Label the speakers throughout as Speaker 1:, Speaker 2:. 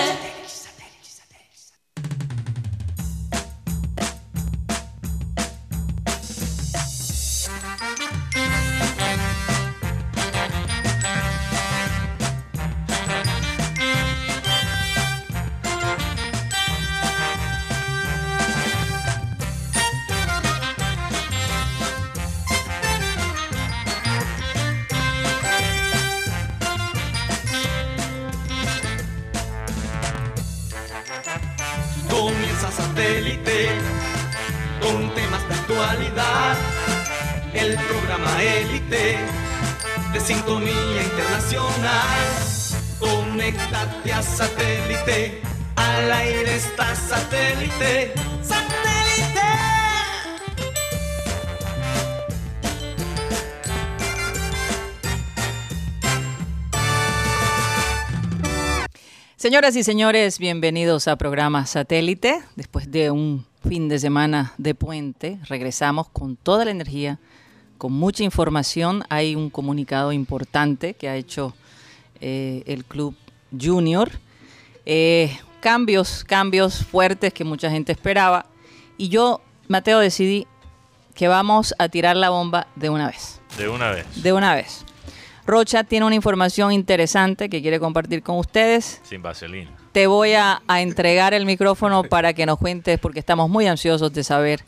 Speaker 1: Satellite.
Speaker 2: Comienza satélite con temas de actualidad. El programa élite de sintonía internacional. Conéctate a satélite. Al aire está satélite. ¡Satélite!
Speaker 3: Señoras y señores, bienvenidos a programa Satélite. Después de un fin de semana de puente, regresamos con toda la energía, con mucha información. Hay un comunicado importante que ha hecho eh, el Club Junior. Eh, cambios, cambios fuertes que mucha gente esperaba. Y yo, Mateo, decidí que vamos a tirar la bomba de una vez.
Speaker 4: De una vez.
Speaker 3: De una vez. Rocha tiene una información interesante que quiere compartir con ustedes.
Speaker 4: Sin vaselina.
Speaker 3: Te voy a, a entregar el micrófono para que nos cuentes, porque estamos muy ansiosos de saber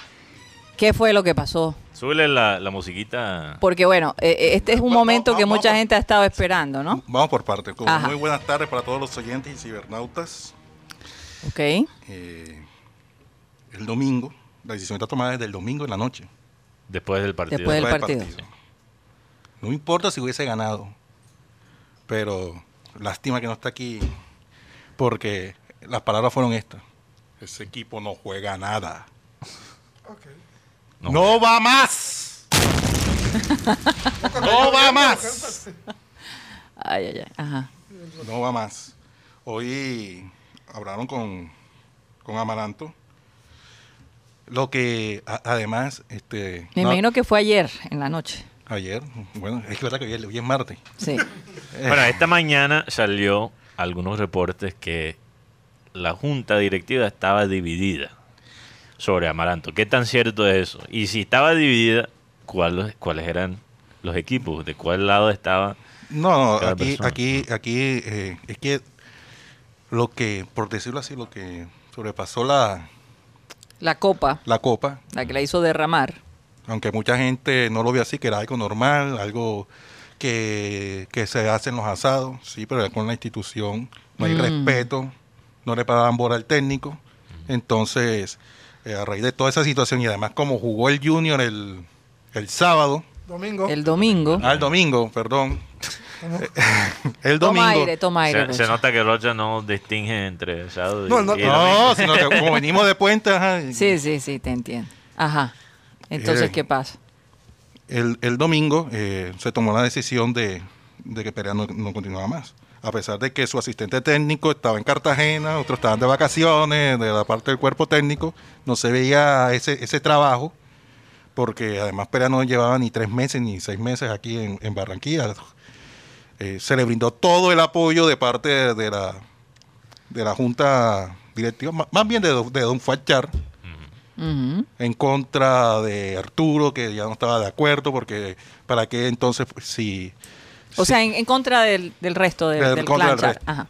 Speaker 3: qué fue lo que pasó.
Speaker 4: Súbele la, la musiquita.
Speaker 3: Porque bueno, eh, eh, este es un
Speaker 5: Vamos,
Speaker 3: momento que
Speaker 5: vamos,
Speaker 3: mucha
Speaker 5: vamos.
Speaker 3: gente ha estado esperando, ¿no?
Speaker 5: Vamos por partes. Como
Speaker 3: Ajá.
Speaker 5: Muy buenas tardes para todos los oyentes y cibernautas.
Speaker 3: Ok.
Speaker 5: Eh, el domingo, la decisión está tomada desde el domingo en la noche.
Speaker 4: Después del partido.
Speaker 3: Después del-
Speaker 5: después del
Speaker 3: partido.
Speaker 5: No importa si hubiese ganado, pero lástima que no está aquí porque las palabras fueron estas. Ese equipo no juega nada.
Speaker 4: No.
Speaker 5: No, va más. no va más.
Speaker 3: Ay, ay, ay. Ajá.
Speaker 5: No va más. Hoy hablaron con, con Amaranto. Lo que a- además, este.
Speaker 3: Me
Speaker 5: no-
Speaker 3: imagino que fue ayer en la noche.
Speaker 5: Ayer, bueno, es que verdad que hoy es- hoy es martes.
Speaker 3: Sí.
Speaker 4: Bueno, esta mañana salió algunos reportes que la junta directiva estaba dividida sobre Amaranto. ¿Qué tan cierto es eso? Y si estaba dividida, ¿cuál- ¿cuáles eran los equipos? ¿De cuál lado estaba?
Speaker 5: No, no,
Speaker 4: Cada
Speaker 5: aquí,
Speaker 4: persona.
Speaker 5: aquí, aquí, eh, es que lo que, por decirlo así, lo que sobrepasó la,
Speaker 3: La copa,
Speaker 5: la copa,
Speaker 3: la que la hizo derramar.
Speaker 5: aunque mucha gente no lo ve así, que era algo normal, algo que, que se hace en los asados, sí, pero ya con la institución no hay
Speaker 3: Mm.
Speaker 5: respeto, no le paraban bola al técnico. Entonces, eh, a raíz de toda esa situación y además como jugó el Junior el, el sábado,
Speaker 6: Domingo.
Speaker 3: El domingo.
Speaker 5: al domingo, perdón, Ah, el domingo.
Speaker 3: Toma aire, toma aire. pues.
Speaker 4: Se, se
Speaker 3: Rocha.
Speaker 4: nota que Rocha no distingue entre sábado y- Ah,
Speaker 6: No, no-
Speaker 4: y domingo.
Speaker 5: No, sino que como venimos de puente, ajá,
Speaker 3: Sí, sí, sí, te entiendo. Ajá. Entonces,
Speaker 5: Eh.
Speaker 3: ¿qué pasa?
Speaker 5: el, el domingo eh, se tomó la decisión de, de que Perea no, no continuaba más. A pesar de que su asistente técnico estaba en Cartagena, otros estaban de vacaciones, de la parte del cuerpo técnico, no se veía ese, ese trabajo, porque además Perea no llevaba ni tres meses ni seis meses aquí en, en Barranquilla. Eh, se le brindó todo el apoyo de parte de, de la, de la Junta Directiva, ma- más bien de, don- de Don Fachar,
Speaker 3: Ujú.
Speaker 5: en contra de Arturo, que ya no estaba de acuerdo, porque para qué entonces pues, si...
Speaker 3: O
Speaker 5: si-
Speaker 3: sea, en, en contra del, del resto del,
Speaker 5: Del-
Speaker 3: del
Speaker 5: contra del
Speaker 3: clan Char.
Speaker 5: resto.
Speaker 3: Ajá.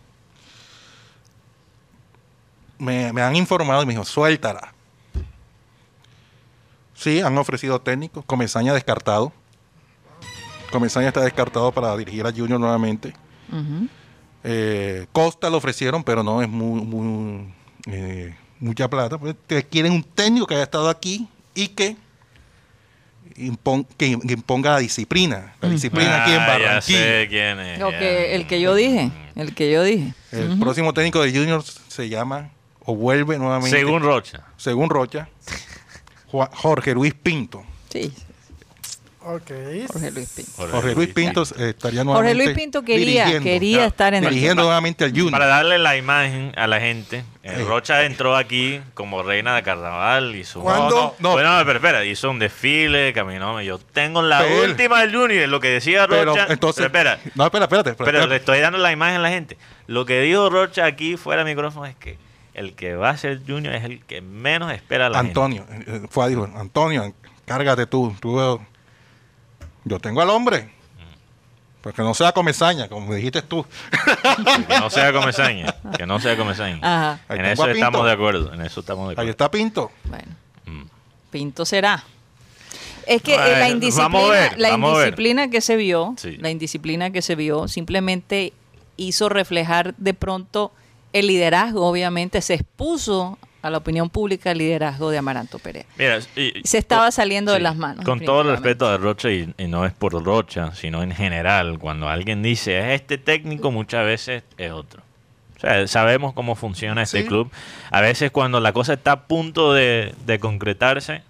Speaker 5: me, me han informado y me dijo, suéltala. Sí, han ofrecido técnicos, Comesaña descartado. Comesaña está descartado para dirigir a Junior nuevamente.
Speaker 3: Ujú.
Speaker 5: Eh, Costa lo ofrecieron, pero no es muy, muy, eh, mucha plata. Pues, te quieren un técnico que haya estado aquí y que, impon- que- que imponga la disciplina. La disciplina aquí en
Speaker 4: Ah, ya
Speaker 5: Barranquilla.
Speaker 4: sé quién es.
Speaker 3: Lo
Speaker 4: ya.
Speaker 3: que, el que yo dije, el que yo dije.
Speaker 5: El próximo técnico de Junior se llama o vuelve nuevamente,
Speaker 4: Según Rocha.
Speaker 5: según Rocha, Ju- Jorge Luis Pinto.
Speaker 3: Sí,
Speaker 6: Ok.
Speaker 3: Jorge Luis Pinto.
Speaker 5: Jorge Luis Pinto eh, estaría nuevamente
Speaker 3: Luis Pinto quería-
Speaker 5: dirigiendo,
Speaker 3: quería estar en el-
Speaker 5: dirigiendo nuevamente al Junior.
Speaker 4: Para darle la imagen a la gente, eh,
Speaker 5: Sí.
Speaker 4: Rocha entró aquí como reina de carnaval, hizo un-
Speaker 6: ¿Cuándo?
Speaker 5: No, no.
Speaker 4: Bueno, pero espera, hizo un desfile, caminó, yo tengo la
Speaker 5: Pero-
Speaker 4: última del Junior, lo que decía Rocha.
Speaker 5: pero entonces,
Speaker 4: Pero espera,
Speaker 5: no, espera, espérate, espérate,
Speaker 4: pero le estoy dando la imagen a la gente. Lo que dijo Rocha aquí fuera de micrófono es que el que va a ser Junior es el que menos espera a la
Speaker 5: Antonio, eh, eh, fue a dijo, Antonio, cárgate tú, tú, eh, yo tengo al hombre.
Speaker 4: Mm.
Speaker 5: Porque no sea comezaña, como dijiste tú.
Speaker 4: gente. Que no sea Comesaña. Que no sea Comesaña.
Speaker 3: Ajá.
Speaker 5: Ahí
Speaker 4: En
Speaker 5: tengo
Speaker 4: eso
Speaker 5: a Pinto.
Speaker 4: estamos de acuerdo. En eso estamos de
Speaker 5: Ahí
Speaker 4: acuerdo.
Speaker 5: está Pinto.
Speaker 3: Bueno,
Speaker 4: Mm.
Speaker 3: Pinto será. Es que eh, la
Speaker 4: Bueno,
Speaker 3: indisciplina,
Speaker 4: vamos a ver,
Speaker 3: la
Speaker 4: vamos a ver.
Speaker 3: indisciplina que se vio,
Speaker 4: Sí.
Speaker 3: la indisciplina que se vio, simplemente hizo reflejar de pronto el liderazgo, obviamente, se expuso a la opinión pública el liderazgo de Amaranto Perea.
Speaker 4: Mira, y-
Speaker 3: Se estaba saliendo de las manos,
Speaker 4: Con todo el
Speaker 3: definitivamente.
Speaker 4: respeto a Rocha, y, y no es por Rocha, sino en general, cuando alguien dice es este técnico, muchas veces es otro. O sea, sabemos cómo funciona este
Speaker 5: Sí.
Speaker 4: club. A veces cuando la cosa está a punto de, de concretarse,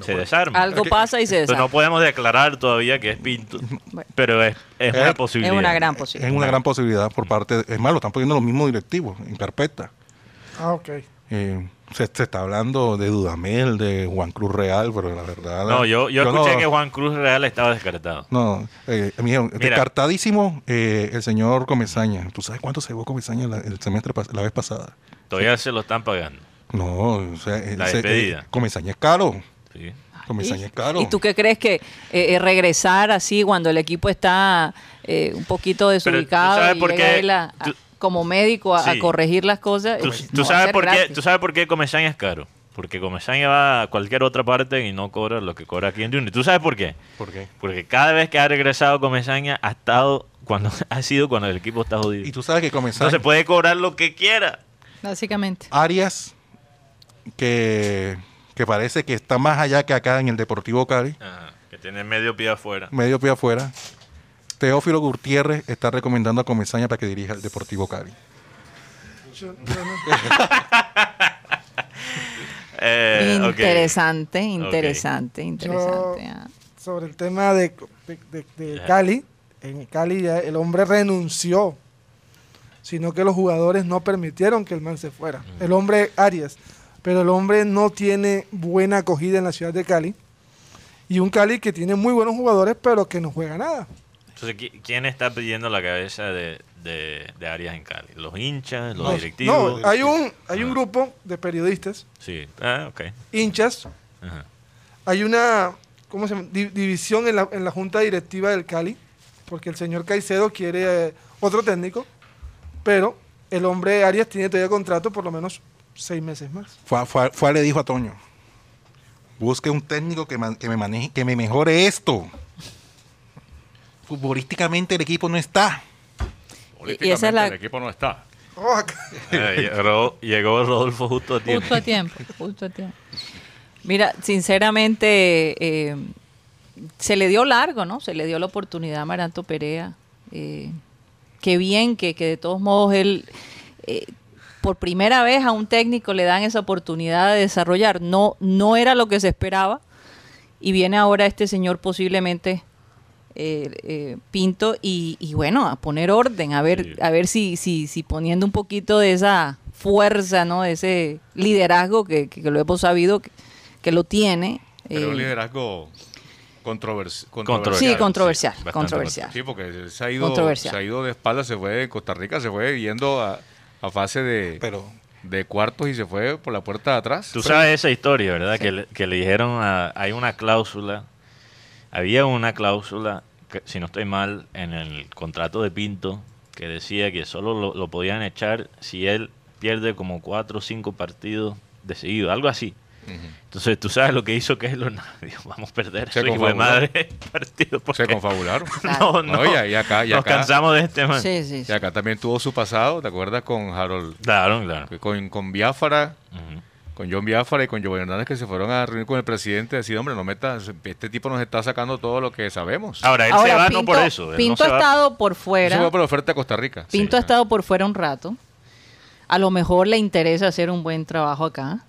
Speaker 4: se desarma.
Speaker 3: Algo
Speaker 5: que-
Speaker 3: pasa y se
Speaker 4: Entonces, no
Speaker 3: desarma.
Speaker 4: podemos declarar todavía que es Pinto, pero es, es
Speaker 5: Es-
Speaker 4: una
Speaker 5: es
Speaker 4: posibilidad.
Speaker 3: Es una gran
Speaker 5: Es
Speaker 3: posibilidad.
Speaker 5: una gran posibilidad por parte. Es más, lo están poniendo los mismos directivos en carpeta.
Speaker 1: Ah, ok.
Speaker 5: Eh, se, se está hablando de Dudamel, de Juan Cruz Real, pero la verdad.
Speaker 4: No, yo, yo escuché
Speaker 5: no-
Speaker 4: que Juan Cruz Real estaba descartado.
Speaker 5: No, eh, me dijeron,
Speaker 4: Mira.
Speaker 5: descartadísimo eh, el señor Comesaña. ¿Tú sabes cuánto se llevó Comesaña la, el semestre pas- la vez pasada?
Speaker 4: Todavía se lo están pagando.
Speaker 5: No, o sea, eh,
Speaker 4: La
Speaker 5: se- eh,
Speaker 4: despedida.
Speaker 5: Comesaña es caro.
Speaker 4: ¿sí?
Speaker 5: Comesaña
Speaker 3: ¿Y-
Speaker 5: es caro.
Speaker 3: ¿Y tú qué crees que eh, eh, regresar así cuando el equipo está eh, un poquito desubicado
Speaker 4: sabes
Speaker 3: y
Speaker 4: por
Speaker 3: llega
Speaker 4: qué?
Speaker 3: él a- a-
Speaker 4: Tú-
Speaker 3: como médico a, a
Speaker 4: Sí.
Speaker 3: corregir las cosas?
Speaker 4: ¿Tú,
Speaker 3: eh,
Speaker 4: tú
Speaker 3: no va a
Speaker 4: sabes
Speaker 3: ser
Speaker 4: por qué,
Speaker 3: gratis.
Speaker 4: ¿Tú sabes por qué Comesaña es caro? Porque Comesaña va a cualquier otra parte y no cobra lo que cobra aquí en Junior. ¿Tú sabes por qué?
Speaker 5: ¿Por qué?
Speaker 4: Porque cada vez que ha regresado Comesaña ha estado cuando ha sido cuando el equipo está jodido.
Speaker 5: Y tú sabes que
Speaker 4: no se
Speaker 5: Comesaña.
Speaker 4: puede cobrar lo que quiera. Ah,
Speaker 3: Básicamente.
Speaker 5: Arias, que, que parece que está más allá que acá en el Deportivo Cali,
Speaker 4: que tiene medio pie afuera.
Speaker 5: medio pie afuera. Teófilo Gutiérrez está recomendando a Comesaña para que dirija el Deportivo Cali.
Speaker 1: Yo- yo no-
Speaker 4: eh,
Speaker 3: interesante, interesante, interesante.
Speaker 1: Yo-
Speaker 3: ah.
Speaker 1: sobre el tema de, de- de- de Cali, en Cali ya el hombre renunció, sino que los jugadores no permitieron que el man se fuera. El hombre Arias, pero el hombre no tiene buena acogida en la ciudad de Cali. Y un Cali que tiene muy buenos jugadores, pero que no juega nada.
Speaker 4: Entonces, ¿qui- ¿quién está pidiendo la cabeza de, de- de Arias en Cali? ¿Los hinchas? ¿Los
Speaker 1: No,
Speaker 4: directivos?
Speaker 1: no, hay un, hay un grupo de periodistas,
Speaker 4: Sí. Ah, ok.
Speaker 1: hinchas,
Speaker 4: Ajá.
Speaker 1: hay una ¿cómo se llama? Di- división en la, en la junta directiva del Cali, porque el señor Caicedo quiere eh, otro técnico, pero el hombre Arias tiene todavía contrato por lo menos seis meses más.
Speaker 5: Fue, fue- fue le dijo a Toño, busque un técnico que, man- que me maneje, que me mejore esto. Futbolísticamente el equipo no está.
Speaker 3: Y- y esa es la-
Speaker 6: el equipo no está.
Speaker 1: Oh, acá.
Speaker 4: Eh, llegó- llegó Rodolfo justo a tiempo.
Speaker 3: Justo a tiempo, justo a tiempo. Mira, sinceramente, eh, se le dio largo, ¿no? Se le dio la oportunidad a Maranto Perea. Eh, qué bien que, que de todos modos él, eh, por primera vez a un técnico le dan esa oportunidad de desarrollar. No, no era lo que se esperaba. Y viene ahora este señor posiblemente eh, eh, Pinto y, y bueno, a poner orden, a ver,
Speaker 4: Sí.
Speaker 3: a ver si, si, si poniendo un poquito de esa fuerza, ¿no? De ese liderazgo que, que- que lo hemos sabido que, que lo tiene.
Speaker 6: Pero
Speaker 3: eh,
Speaker 6: un liderazgo controversi-
Speaker 4: Controversial,
Speaker 3: Sí, controversial,
Speaker 4: sí, bastante
Speaker 3: controversial.
Speaker 6: Sí, porque se ha ido,
Speaker 3: Controversial.
Speaker 6: se ha ido de espalda, se fue de Costa Rica, se fue yendo a, a fase de,
Speaker 5: Pero
Speaker 6: de cuartos y se fue por la puerta de atrás.
Speaker 4: Tú sabes esa historia, ¿verdad? Que, le, que le dijeron, a- hay una cláusula, había una cláusula, que, si no estoy mal, en el contrato de Pinto, que decía que solo lo, lo podían echar si él pierde como cuatro o cinco partidos de seguido, algo así. Entonces, tú sabes lo que hizo Keylor, No, dijo, vamos a perder
Speaker 6: Se
Speaker 4: el hijo de
Speaker 6: confabuló.
Speaker 4: madre partido. porque
Speaker 6: Se confabularon.
Speaker 4: No, no,
Speaker 6: No, y, y acá, y
Speaker 4: nos
Speaker 6: acá,
Speaker 4: cansamos de este man.
Speaker 3: sí, sí,
Speaker 6: y
Speaker 3: sí.
Speaker 6: acá también tuvo su pasado, ¿te acuerdas? Con Harold,
Speaker 4: Claro, claro.
Speaker 6: con, con Biafara,
Speaker 4: Ujú.
Speaker 6: con John Biafara y con Giovanni Hernández que se fueron a reunir con el presidente y decir, hombre, no metas, este tipo nos está sacando todo lo que sabemos.
Speaker 4: Ahora, él
Speaker 3: Ahora,
Speaker 4: se va
Speaker 3: Pinto,
Speaker 4: no por eso. él no
Speaker 3: Pinto
Speaker 4: se
Speaker 3: ha
Speaker 4: va-
Speaker 3: estado por
Speaker 6: Eso
Speaker 3: fuera.
Speaker 6: fue por la oferta de Costa Rica.
Speaker 3: Pinto ha
Speaker 4: Sí.
Speaker 3: estado por fuera un rato. A lo mejor le interesa hacer un buen trabajo acá.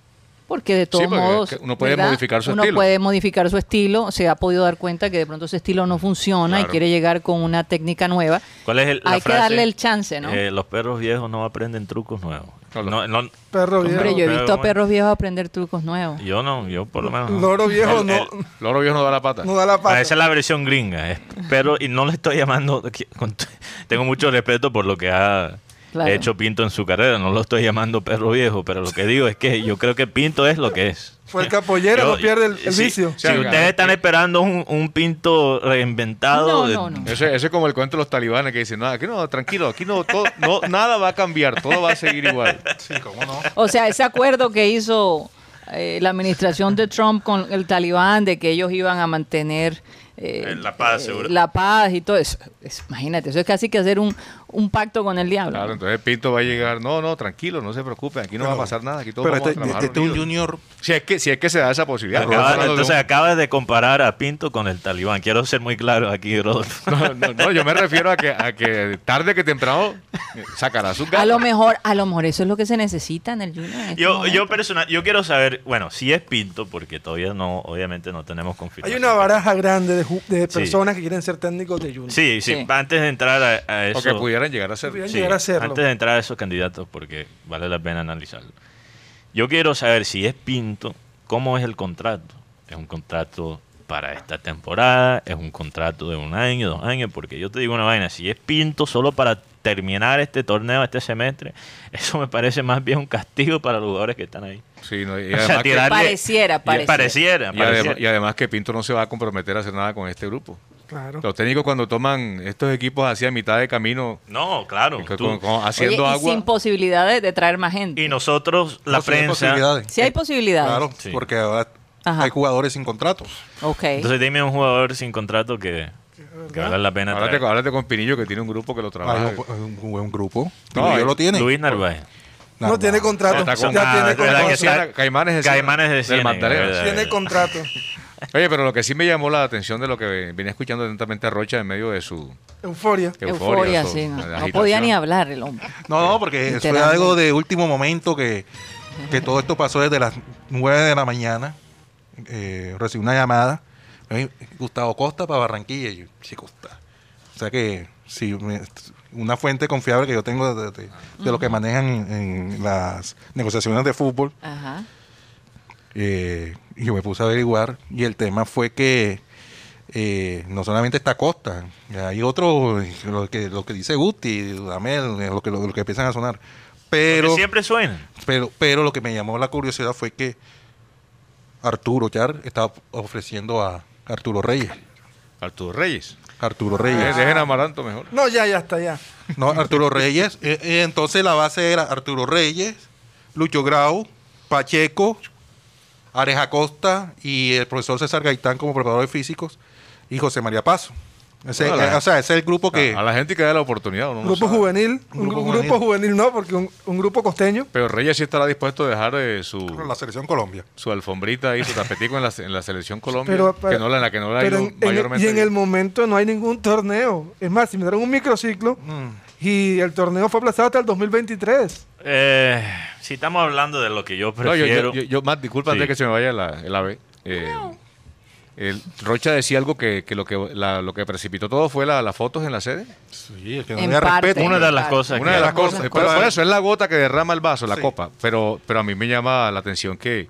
Speaker 3: Porque de todos
Speaker 6: porque
Speaker 3: modos.
Speaker 6: es que uno puede modificar su
Speaker 3: Uno
Speaker 6: estilo.
Speaker 3: puede modificar su estilo. Se ha podido dar cuenta que de pronto su estilo no funciona
Speaker 6: Claro.
Speaker 3: y quiere llegar con una técnica nueva.
Speaker 4: ¿Cuál es el, la
Speaker 3: Hay que
Speaker 4: frase?
Speaker 3: darle el chance, ¿no?
Speaker 4: Eh, los perros viejos no aprenden trucos nuevos.
Speaker 6: No,
Speaker 4: No,
Speaker 6: no.
Speaker 4: no,
Speaker 1: Perro viejo.
Speaker 3: Hombre, yo he
Speaker 4: Pero
Speaker 3: visto a
Speaker 4: bueno.
Speaker 3: perros viejos aprender trucos nuevos.
Speaker 4: yo no, yo por lo menos. no.
Speaker 1: Loro viejo
Speaker 4: El-
Speaker 1: no,
Speaker 4: el-
Speaker 6: Loro viejo no da la pata.
Speaker 1: no da la
Speaker 4: Ah, esa
Speaker 1: pata.
Speaker 4: es la versión gringa, es- pero y no le estoy llamando. con- Tengo mucho respeto por lo que ha
Speaker 3: Claro.
Speaker 4: hecho Pinto en su carrera. No lo estoy llamando perro viejo, pero lo que digo es que yo creo que Pinto es lo que es.
Speaker 1: Fue el capollero,
Speaker 4: Yo-
Speaker 1: no pierde el, el
Speaker 4: si-
Speaker 1: vicio.
Speaker 4: Si
Speaker 6: Sí, claro.
Speaker 4: ustedes están esperando un, un Pinto reinventado,
Speaker 3: No,
Speaker 4: de-
Speaker 3: no, no.
Speaker 6: Ese, ese es como el cuento de los talibanes que dicen, no, aquí no, tranquilo, aquí no, todo, no, nada va a cambiar, todo va a seguir igual.
Speaker 5: Sí, cómo no.
Speaker 3: O sea, ese acuerdo que hizo eh, la administración de Trump con el talibán de que ellos iban a mantener eh,
Speaker 4: Eh, la paz, seguro.
Speaker 3: la paz y todo eso. Es- imagínate, eso es casi que hacer un, un pacto con el diablo.
Speaker 6: Claro, entonces Pinto va a llegar, no, no, tranquilo, no se preocupen, aquí no va a pasar nada, aquí todo
Speaker 5: Pero
Speaker 6: vamos a
Speaker 5: este,
Speaker 6: trabajar
Speaker 5: este es un
Speaker 6: unidos".
Speaker 5: junior.
Speaker 6: Si es que, si es que se da esa posibilidad.
Speaker 4: Acaba-
Speaker 6: pero estamos hablando de
Speaker 4: entonces
Speaker 6: un-
Speaker 4: acabas de comparar a Pinto con el talibán. Quiero ser muy claro aquí, Rodolfo.
Speaker 6: No, no, no, yo me refiero a que, a que tarde que temprano sacará sus
Speaker 3: A
Speaker 6: gatos.
Speaker 3: lo mejor, a lo mejor eso es lo que se necesita en el Junior. en este
Speaker 4: Yo,
Speaker 3: momento.
Speaker 4: yo personal, yo quiero saber, bueno, si es Pinto, porque todavía no, obviamente no tenemos
Speaker 1: Hay
Speaker 4: confirmación.
Speaker 1: una baraja grande de, ju- de
Speaker 4: Sí.
Speaker 1: personas que quieren ser técnicos de Junior.
Speaker 4: Sí, sí,
Speaker 3: Sí.
Speaker 4: antes de entrar a, a eso.
Speaker 6: O que pudieran llegar a ser.
Speaker 1: Pudieran
Speaker 4: sí,
Speaker 1: llegar a hacerlo.
Speaker 4: antes de entrar a esos candidatos, porque vale la pena analizarlo. Yo quiero saber si es Pinto, cómo es el contrato. ¿Es un contrato para esta temporada? ¿Es un contrato de un año, dos años? Porque yo te digo una vaina, si es Pinto solo para terminar este torneo, este semestre, eso me parece más bien un castigo para los jugadores que están ahí.
Speaker 6: Sí, no, y,
Speaker 4: O sea,
Speaker 6: además que,
Speaker 4: tirarle-
Speaker 3: Pareciera,
Speaker 4: y-
Speaker 3: pareciera.
Speaker 4: pareciera,
Speaker 6: y, adem-
Speaker 4: pareciera.
Speaker 6: y además que Pinto no se va a comprometer a hacer nada con este grupo.
Speaker 1: Claro.
Speaker 6: Los técnicos cuando toman estos equipos así a mitad de camino,
Speaker 4: No, claro.
Speaker 6: con-
Speaker 4: tú-
Speaker 6: con- con-
Speaker 3: Oye,
Speaker 6: haciendo
Speaker 3: y
Speaker 6: agua,
Speaker 3: sin posibilidades de traer más gente.
Speaker 4: y Eh, nosotros, la
Speaker 5: No, sí hay
Speaker 4: prensa,
Speaker 5: posibilidades.
Speaker 3: Si hay posibilidades.
Speaker 5: Claro,
Speaker 4: Sí.
Speaker 5: porque ahora
Speaker 3: Ajá.
Speaker 5: hay jugadores sin contratos.
Speaker 3: Ok.
Speaker 4: Entonces dime un jugador sin contrato que, que vale la pena.
Speaker 6: háblate,
Speaker 4: traer.
Speaker 6: con- háblate con Pinillo que tiene un grupo que lo trabaja.
Speaker 5: Hay un, un buen grupo.
Speaker 6: No,
Speaker 5: No,
Speaker 6: hay-
Speaker 5: yo lo tiene.
Speaker 4: Luis Narváez.
Speaker 1: No,
Speaker 5: Nada,
Speaker 1: tiene
Speaker 5: no.
Speaker 1: contrato.
Speaker 6: Está con-
Speaker 1: ya
Speaker 4: Ah,
Speaker 1: tiene
Speaker 4: es verdad
Speaker 1: contrato.
Speaker 4: que está-
Speaker 6: Siena- Caimanes de Siena.
Speaker 4: Caimanes de
Speaker 6: Del
Speaker 4: Siena,
Speaker 6: Magdalena.
Speaker 4: ¿verdad?
Speaker 1: Tiene contrato.
Speaker 6: Oye, pero lo que sí me llamó la atención de lo que venía escuchando atentamente a Rocha en medio de su
Speaker 1: Euforia.
Speaker 6: euforia.
Speaker 3: Euforia,
Speaker 6: su-
Speaker 3: sí. No, No
Speaker 6: la agitación.
Speaker 3: podía ni hablar el hombre.
Speaker 5: No, no, porque eso es
Speaker 3: Literalmente.
Speaker 5: algo de último momento que, que todo esto pasó desde las 9 de la mañana. Eh, recibí una llamada. Eh, Gustavo Costa para Barranquilla. Y yo, sí, Costa. O sea que sí, me- una fuente confiable que yo tengo de, de- de lo que manejan en, en las negociaciones de fútbol.
Speaker 3: Ajá.
Speaker 5: Eh, y yo me puse a averiguar y el tema fue que eh, no solamente está Costa, hay otro, eh, lo que, lo que dice Guti, Dudamel, eh, lo que, lo, lo que empiezan a sonar. Pero,
Speaker 4: Que siempre suena.
Speaker 5: pero, pero lo que me llamó la curiosidad fue que Arturo Char estaba ofreciendo a Arturo Reyes.
Speaker 6: Arturo Reyes.
Speaker 5: Arturo
Speaker 6: Eh,
Speaker 5: Reyes.
Speaker 6: Dejen a Amaranto mejor.
Speaker 1: No, ya, ya está, ya.
Speaker 5: No, Arturo Reyes. Eh, eh, entonces la base era Arturo Reyes, Lucho Grau, Pacheco, Areja Costa y el profesor César Gaitán como preparador de físicos y José María Paso. Ese,
Speaker 6: Bueno, la-
Speaker 5: eh, o sea, ese es el grupo que...
Speaker 6: A, a la gente que da la oportunidad. uno no
Speaker 1: grupo
Speaker 6: sabe.
Speaker 1: juvenil. Un
Speaker 5: Grupo
Speaker 1: gru-
Speaker 5: juvenil.
Speaker 1: grupo, juvenil no, porque un, un grupo costeño.
Speaker 6: Pero Reyes sí estará dispuesto a dejar eh, su,
Speaker 5: la selección Colombia.
Speaker 6: su alfombrita y su tapetico en la, en la selección Colombia.
Speaker 1: Pero,
Speaker 6: que
Speaker 1: pero-
Speaker 6: no la, en la que no la ha
Speaker 1: Pero
Speaker 6: ido
Speaker 1: en- en-
Speaker 6: mayormente.
Speaker 1: y en
Speaker 6: bien.
Speaker 1: el momento no hay ningún torneo. Es más, si me dieron un microciclo
Speaker 6: Mm.
Speaker 1: y el torneo fue aplazado hasta el 2023.
Speaker 4: Eh, si estamos hablando de lo que yo
Speaker 6: No, yo,
Speaker 4: prefiero.
Speaker 6: yo- yo- yo, Matt, disculpa antes
Speaker 4: Sí.
Speaker 6: que se me vaya la, el ave. Eh, el- Rocha decía algo que, que lo que la- lo que precipitó todo fue la- las fotos en la sede.
Speaker 5: Sí, es que
Speaker 3: no En había parte. respeto.
Speaker 4: una de las
Speaker 3: Una
Speaker 4: cosas.
Speaker 6: Una
Speaker 4: que-
Speaker 6: de
Speaker 5: Una de las
Speaker 6: las cosas.
Speaker 5: cosas.
Speaker 6: Por, por eso es la gota que derrama el vaso, la
Speaker 5: Sí.
Speaker 6: copa. Pero, pero a mí me llama la atención que,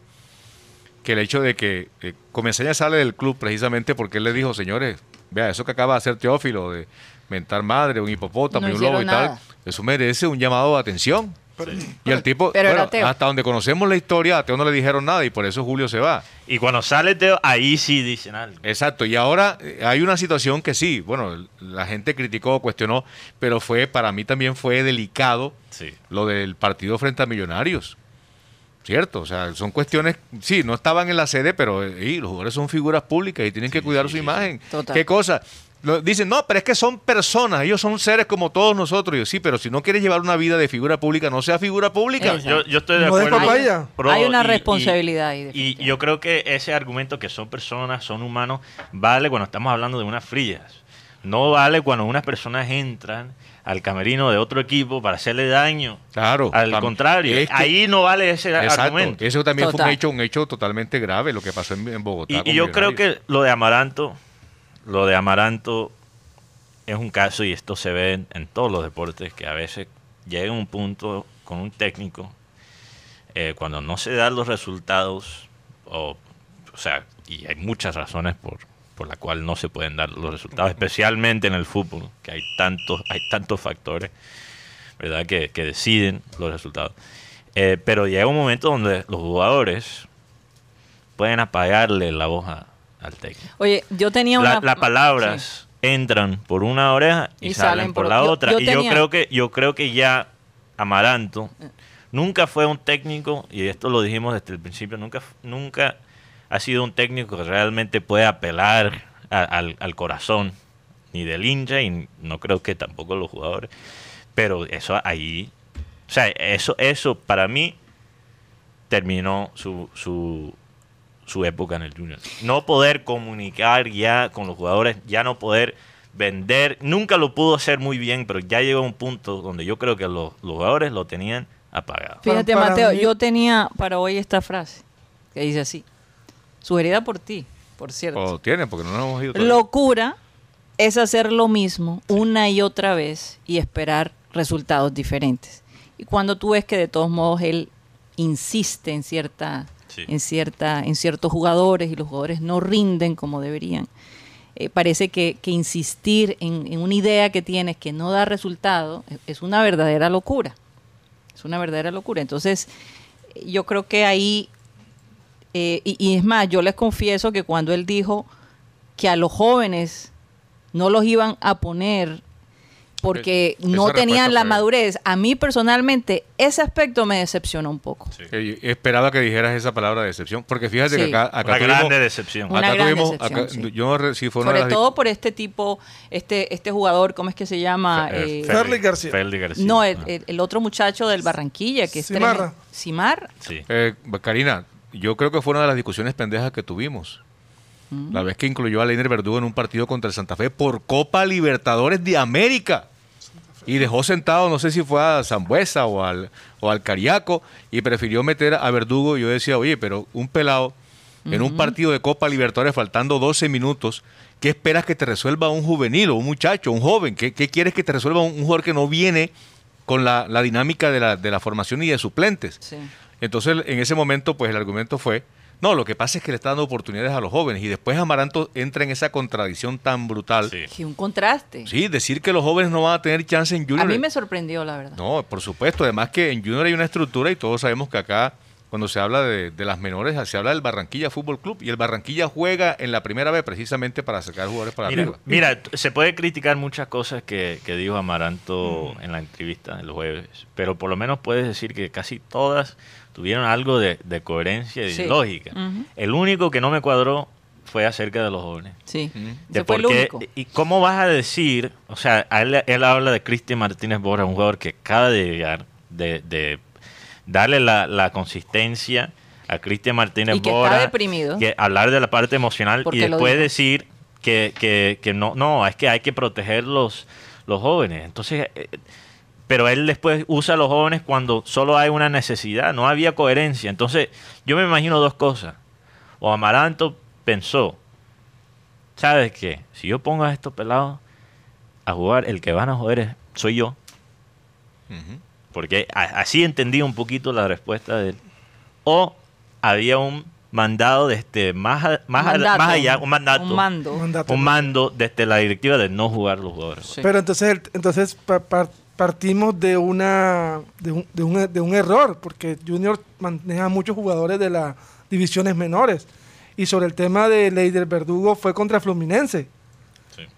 Speaker 6: que el hecho de que eh, Comesaña sale del club precisamente porque él le dijo, señores, vea, eso que acaba de hacer Teófilo, de mentar madre, un hipopótamo,
Speaker 3: No
Speaker 6: y un lobo y
Speaker 3: hicieron
Speaker 6: tal,
Speaker 3: nada.
Speaker 6: eso merece un llamado de atención. Y el tipo,
Speaker 3: pero era
Speaker 6: bueno,
Speaker 3: ateo.
Speaker 6: hasta donde conocemos la historia, a Teo no le dijeron nada y por eso Julio se va.
Speaker 4: Y cuando sale Teo, ahí sí dicen algo.
Speaker 6: Exacto, y ahora eh, hay una situación que sí, bueno, la gente criticó, cuestionó, pero fue, para mí también fue delicado
Speaker 4: Sí.
Speaker 6: lo del partido frente a Millonarios. ¿Cierto? O sea, son cuestiones, sí, no estaban en la sede, pero eh, y los jugadores son figuras públicas y tienen que cuidar su imagen.
Speaker 3: Total.
Speaker 6: ¿Qué cosa? Lo- dicen, no, pero es que son personas, ellos son seres como todos nosotros. Y yo, sí, pero si no quieres llevar una vida de figura pública, no sea figura pública.
Speaker 3: Exacto.
Speaker 4: Yo, yo estoy de
Speaker 1: No de
Speaker 4: acuerdo.
Speaker 1: papaya.
Speaker 4: Pro-
Speaker 3: Hay una
Speaker 4: y- y-
Speaker 3: responsabilidad ahí,
Speaker 4: Y
Speaker 3: definitivamente.
Speaker 4: yo creo que ese argumento que son personas, son humanos, vale cuando estamos hablando de unas frías. No vale cuando unas personas entran al camerino de otro equipo para hacerle daño.
Speaker 6: Claro.
Speaker 4: Al
Speaker 6: tam-
Speaker 4: contrario,
Speaker 6: es que-
Speaker 4: ahí no vale ese
Speaker 6: Exacto.
Speaker 4: argumento.
Speaker 6: Eso también fue
Speaker 3: Total.
Speaker 6: un hecho, un hecho totalmente grave lo que pasó en, en Bogotá.
Speaker 4: Y,
Speaker 6: con
Speaker 4: y yo creo
Speaker 6: Millonarios.
Speaker 4: que lo de Amaranto, lo de Amaranto es un caso y esto se ve en, en todos los deportes que a veces llega un punto con un técnico eh, cuando no se dan los resultados o, o sea y hay muchas razones por por la cual no se pueden dar los resultados especialmente en el fútbol que hay tantos hay tantos factores verdad que, que deciden los resultados Eh, pero llega un momento donde los jugadores pueden apagarle la voz a- al técnico.
Speaker 3: Oye, yo tenía
Speaker 4: La-
Speaker 3: una...
Speaker 4: las palabras
Speaker 3: sí.
Speaker 4: entran por una oreja y,
Speaker 3: Y
Speaker 4: salen, por la
Speaker 3: yo-
Speaker 4: otra.
Speaker 3: yo
Speaker 4: y yo
Speaker 3: tenía- Mm.
Speaker 4: creo que yo creo que ya Amaranto nunca fue un técnico y esto lo dijimos desde el principio. Nunca nunca ha sido un técnico que realmente puede apelar a- al, al corazón ni del hincha y no creo que tampoco los jugadores. Pero eso ahí, o sea, eso eso para mí terminó su, su, su época en el Junior. No poder comunicar ya con los jugadores, ya no poder vender, nunca lo pudo hacer muy bien, pero ya llegó a un punto donde yo creo que los, los jugadores lo tenían apagado.
Speaker 3: Fíjate,
Speaker 1: Para- para
Speaker 3: Mateo,
Speaker 1: mí-
Speaker 3: yo tenía para hoy esta frase que dice así. Sugerida por ti, por cierto.
Speaker 6: O tiene, porque no nos hemos ido. todavía.
Speaker 3: Locura es hacer lo mismo una y otra vez y esperar resultados diferentes. Y cuando tú ves que de todos modos él insiste en cierta,
Speaker 4: Sí.
Speaker 3: en cierta, en ciertos jugadores y los jugadores no rinden como deberían, eh, parece que, que insistir en, en una idea que tienes que no da resultado es- es una verdadera locura. Es una verdadera locura. Entonces, yo creo que ahí, eh, y, y es más, yo les confieso que cuando él dijo que a los jóvenes no los iban a poner porque
Speaker 6: Esa
Speaker 3: no
Speaker 6: respuesta
Speaker 3: tenían la
Speaker 6: fue-
Speaker 3: madurez, a mí personalmente ese aspecto me decepcionó un poco.
Speaker 6: Eh, esperaba que dijeras esa palabra de decepción, porque fíjate que
Speaker 3: Sí.
Speaker 6: acá, acá
Speaker 4: Una
Speaker 6: tuvimos-
Speaker 4: grande decepción.
Speaker 3: Una
Speaker 6: acá
Speaker 3: gran
Speaker 6: tuvimos-
Speaker 3: decepción,
Speaker 6: acá-
Speaker 3: sí.
Speaker 6: yo re- sí fue una de
Speaker 3: Sobre
Speaker 6: las-
Speaker 3: todo por este tipo, este, este jugador, ¿cómo es que se llama?
Speaker 4: Fe- eh,
Speaker 3: Eh,
Speaker 1: Ferli García.
Speaker 4: Ferli García.
Speaker 3: no, eh, el,
Speaker 4: Ah.
Speaker 3: el- el otro muchacho del Barranquilla, que es
Speaker 1: Simarra.
Speaker 3: tremendo. Simar.
Speaker 4: Sí.
Speaker 6: Eh, Karina, yo creo que fue una de las discusiones pendejas que tuvimos. La vez que incluyó a Leiner Verdugo en un partido contra el Santa Fe por Copa Libertadores de América. Y dejó sentado, no sé si fue a Zambuesa o al, o al Cariaco, y prefirió meter a Verdugo. Yo decía, oye, pero un pelado en un partido de Copa Libertadores faltando 12 minutos, ¿qué esperas que te resuelva un juvenil o un muchacho, un joven? ¿Qué, qué quieres que te resuelva un, un jugador que no viene con la, la dinámica de la, de la formación y de suplentes?
Speaker 3: Sí.
Speaker 6: Entonces, en ese momento, pues el argumento fue, no, lo que pasa es que le está dando oportunidades a los jóvenes y después Amaranto entra en esa contradicción tan brutal. Sí,
Speaker 4: Sí.
Speaker 3: Que un contraste.
Speaker 6: decir que los jóvenes no van a tener chance en Junior.
Speaker 3: a mí me sorprendió, la verdad.
Speaker 6: No, por supuesto, además que en Junior hay una estructura y todos sabemos que acá cuando se habla de, de las menores, se habla del Barranquilla Fútbol Club y el Barranquilla juega en la primera vez precisamente para sacar jugadores para
Speaker 4: Mira,
Speaker 6: arriba.
Speaker 4: mira, t- se puede criticar muchas cosas que, que dijo Amaranto en la entrevista el jueves, pero por lo menos puedes decir que casi todas tuvieron algo de, de coherencia y
Speaker 3: Sí.
Speaker 4: lógica.
Speaker 3: Ujú.
Speaker 4: El único que no me cuadró fue acerca de los jóvenes.
Speaker 3: Sí.
Speaker 4: De
Speaker 3: Ese fue el
Speaker 4: por qué-
Speaker 3: único.
Speaker 4: ¿Y cómo vas a decir? O sea, a él, él habla de Cristian Martínez Borja, un jugador que acaba de llegar, de, de darle la, la consistencia a Cristian Martínez
Speaker 3: Y que está
Speaker 4: Borja.
Speaker 3: deprimido.
Speaker 4: que hablar de la parte emocional
Speaker 3: Porque
Speaker 4: y
Speaker 3: lo
Speaker 4: después
Speaker 3: dijo.
Speaker 4: decir que, que- que no, no, es que hay que proteger los, los jóvenes. Entonces, eh, pero él después usa a los jóvenes cuando solo hay una necesidad, no había coherencia. Entonces, yo me imagino dos cosas. O Amaranto pensó, ¿sabes qué? Si yo pongo a estos pelados a jugar, el que van a joder es- soy yo. Porque a- así entendí un poquito la respuesta de él. O había un mandado desde más, a- más, a-
Speaker 3: Mandato.
Speaker 4: más allá, un mandato.
Speaker 3: Un mando.
Speaker 1: Mandato.
Speaker 4: un mando desde la directiva de no jugar los jugadores.
Speaker 3: Sí.
Speaker 1: Pero entonces, el- entonces pa- par- partimos de una de un, de un- de un error, porque Junior maneja a muchos jugadores de las divisiones menores. Y sobre el tema de Leider Verdugo fue contra Fluminense.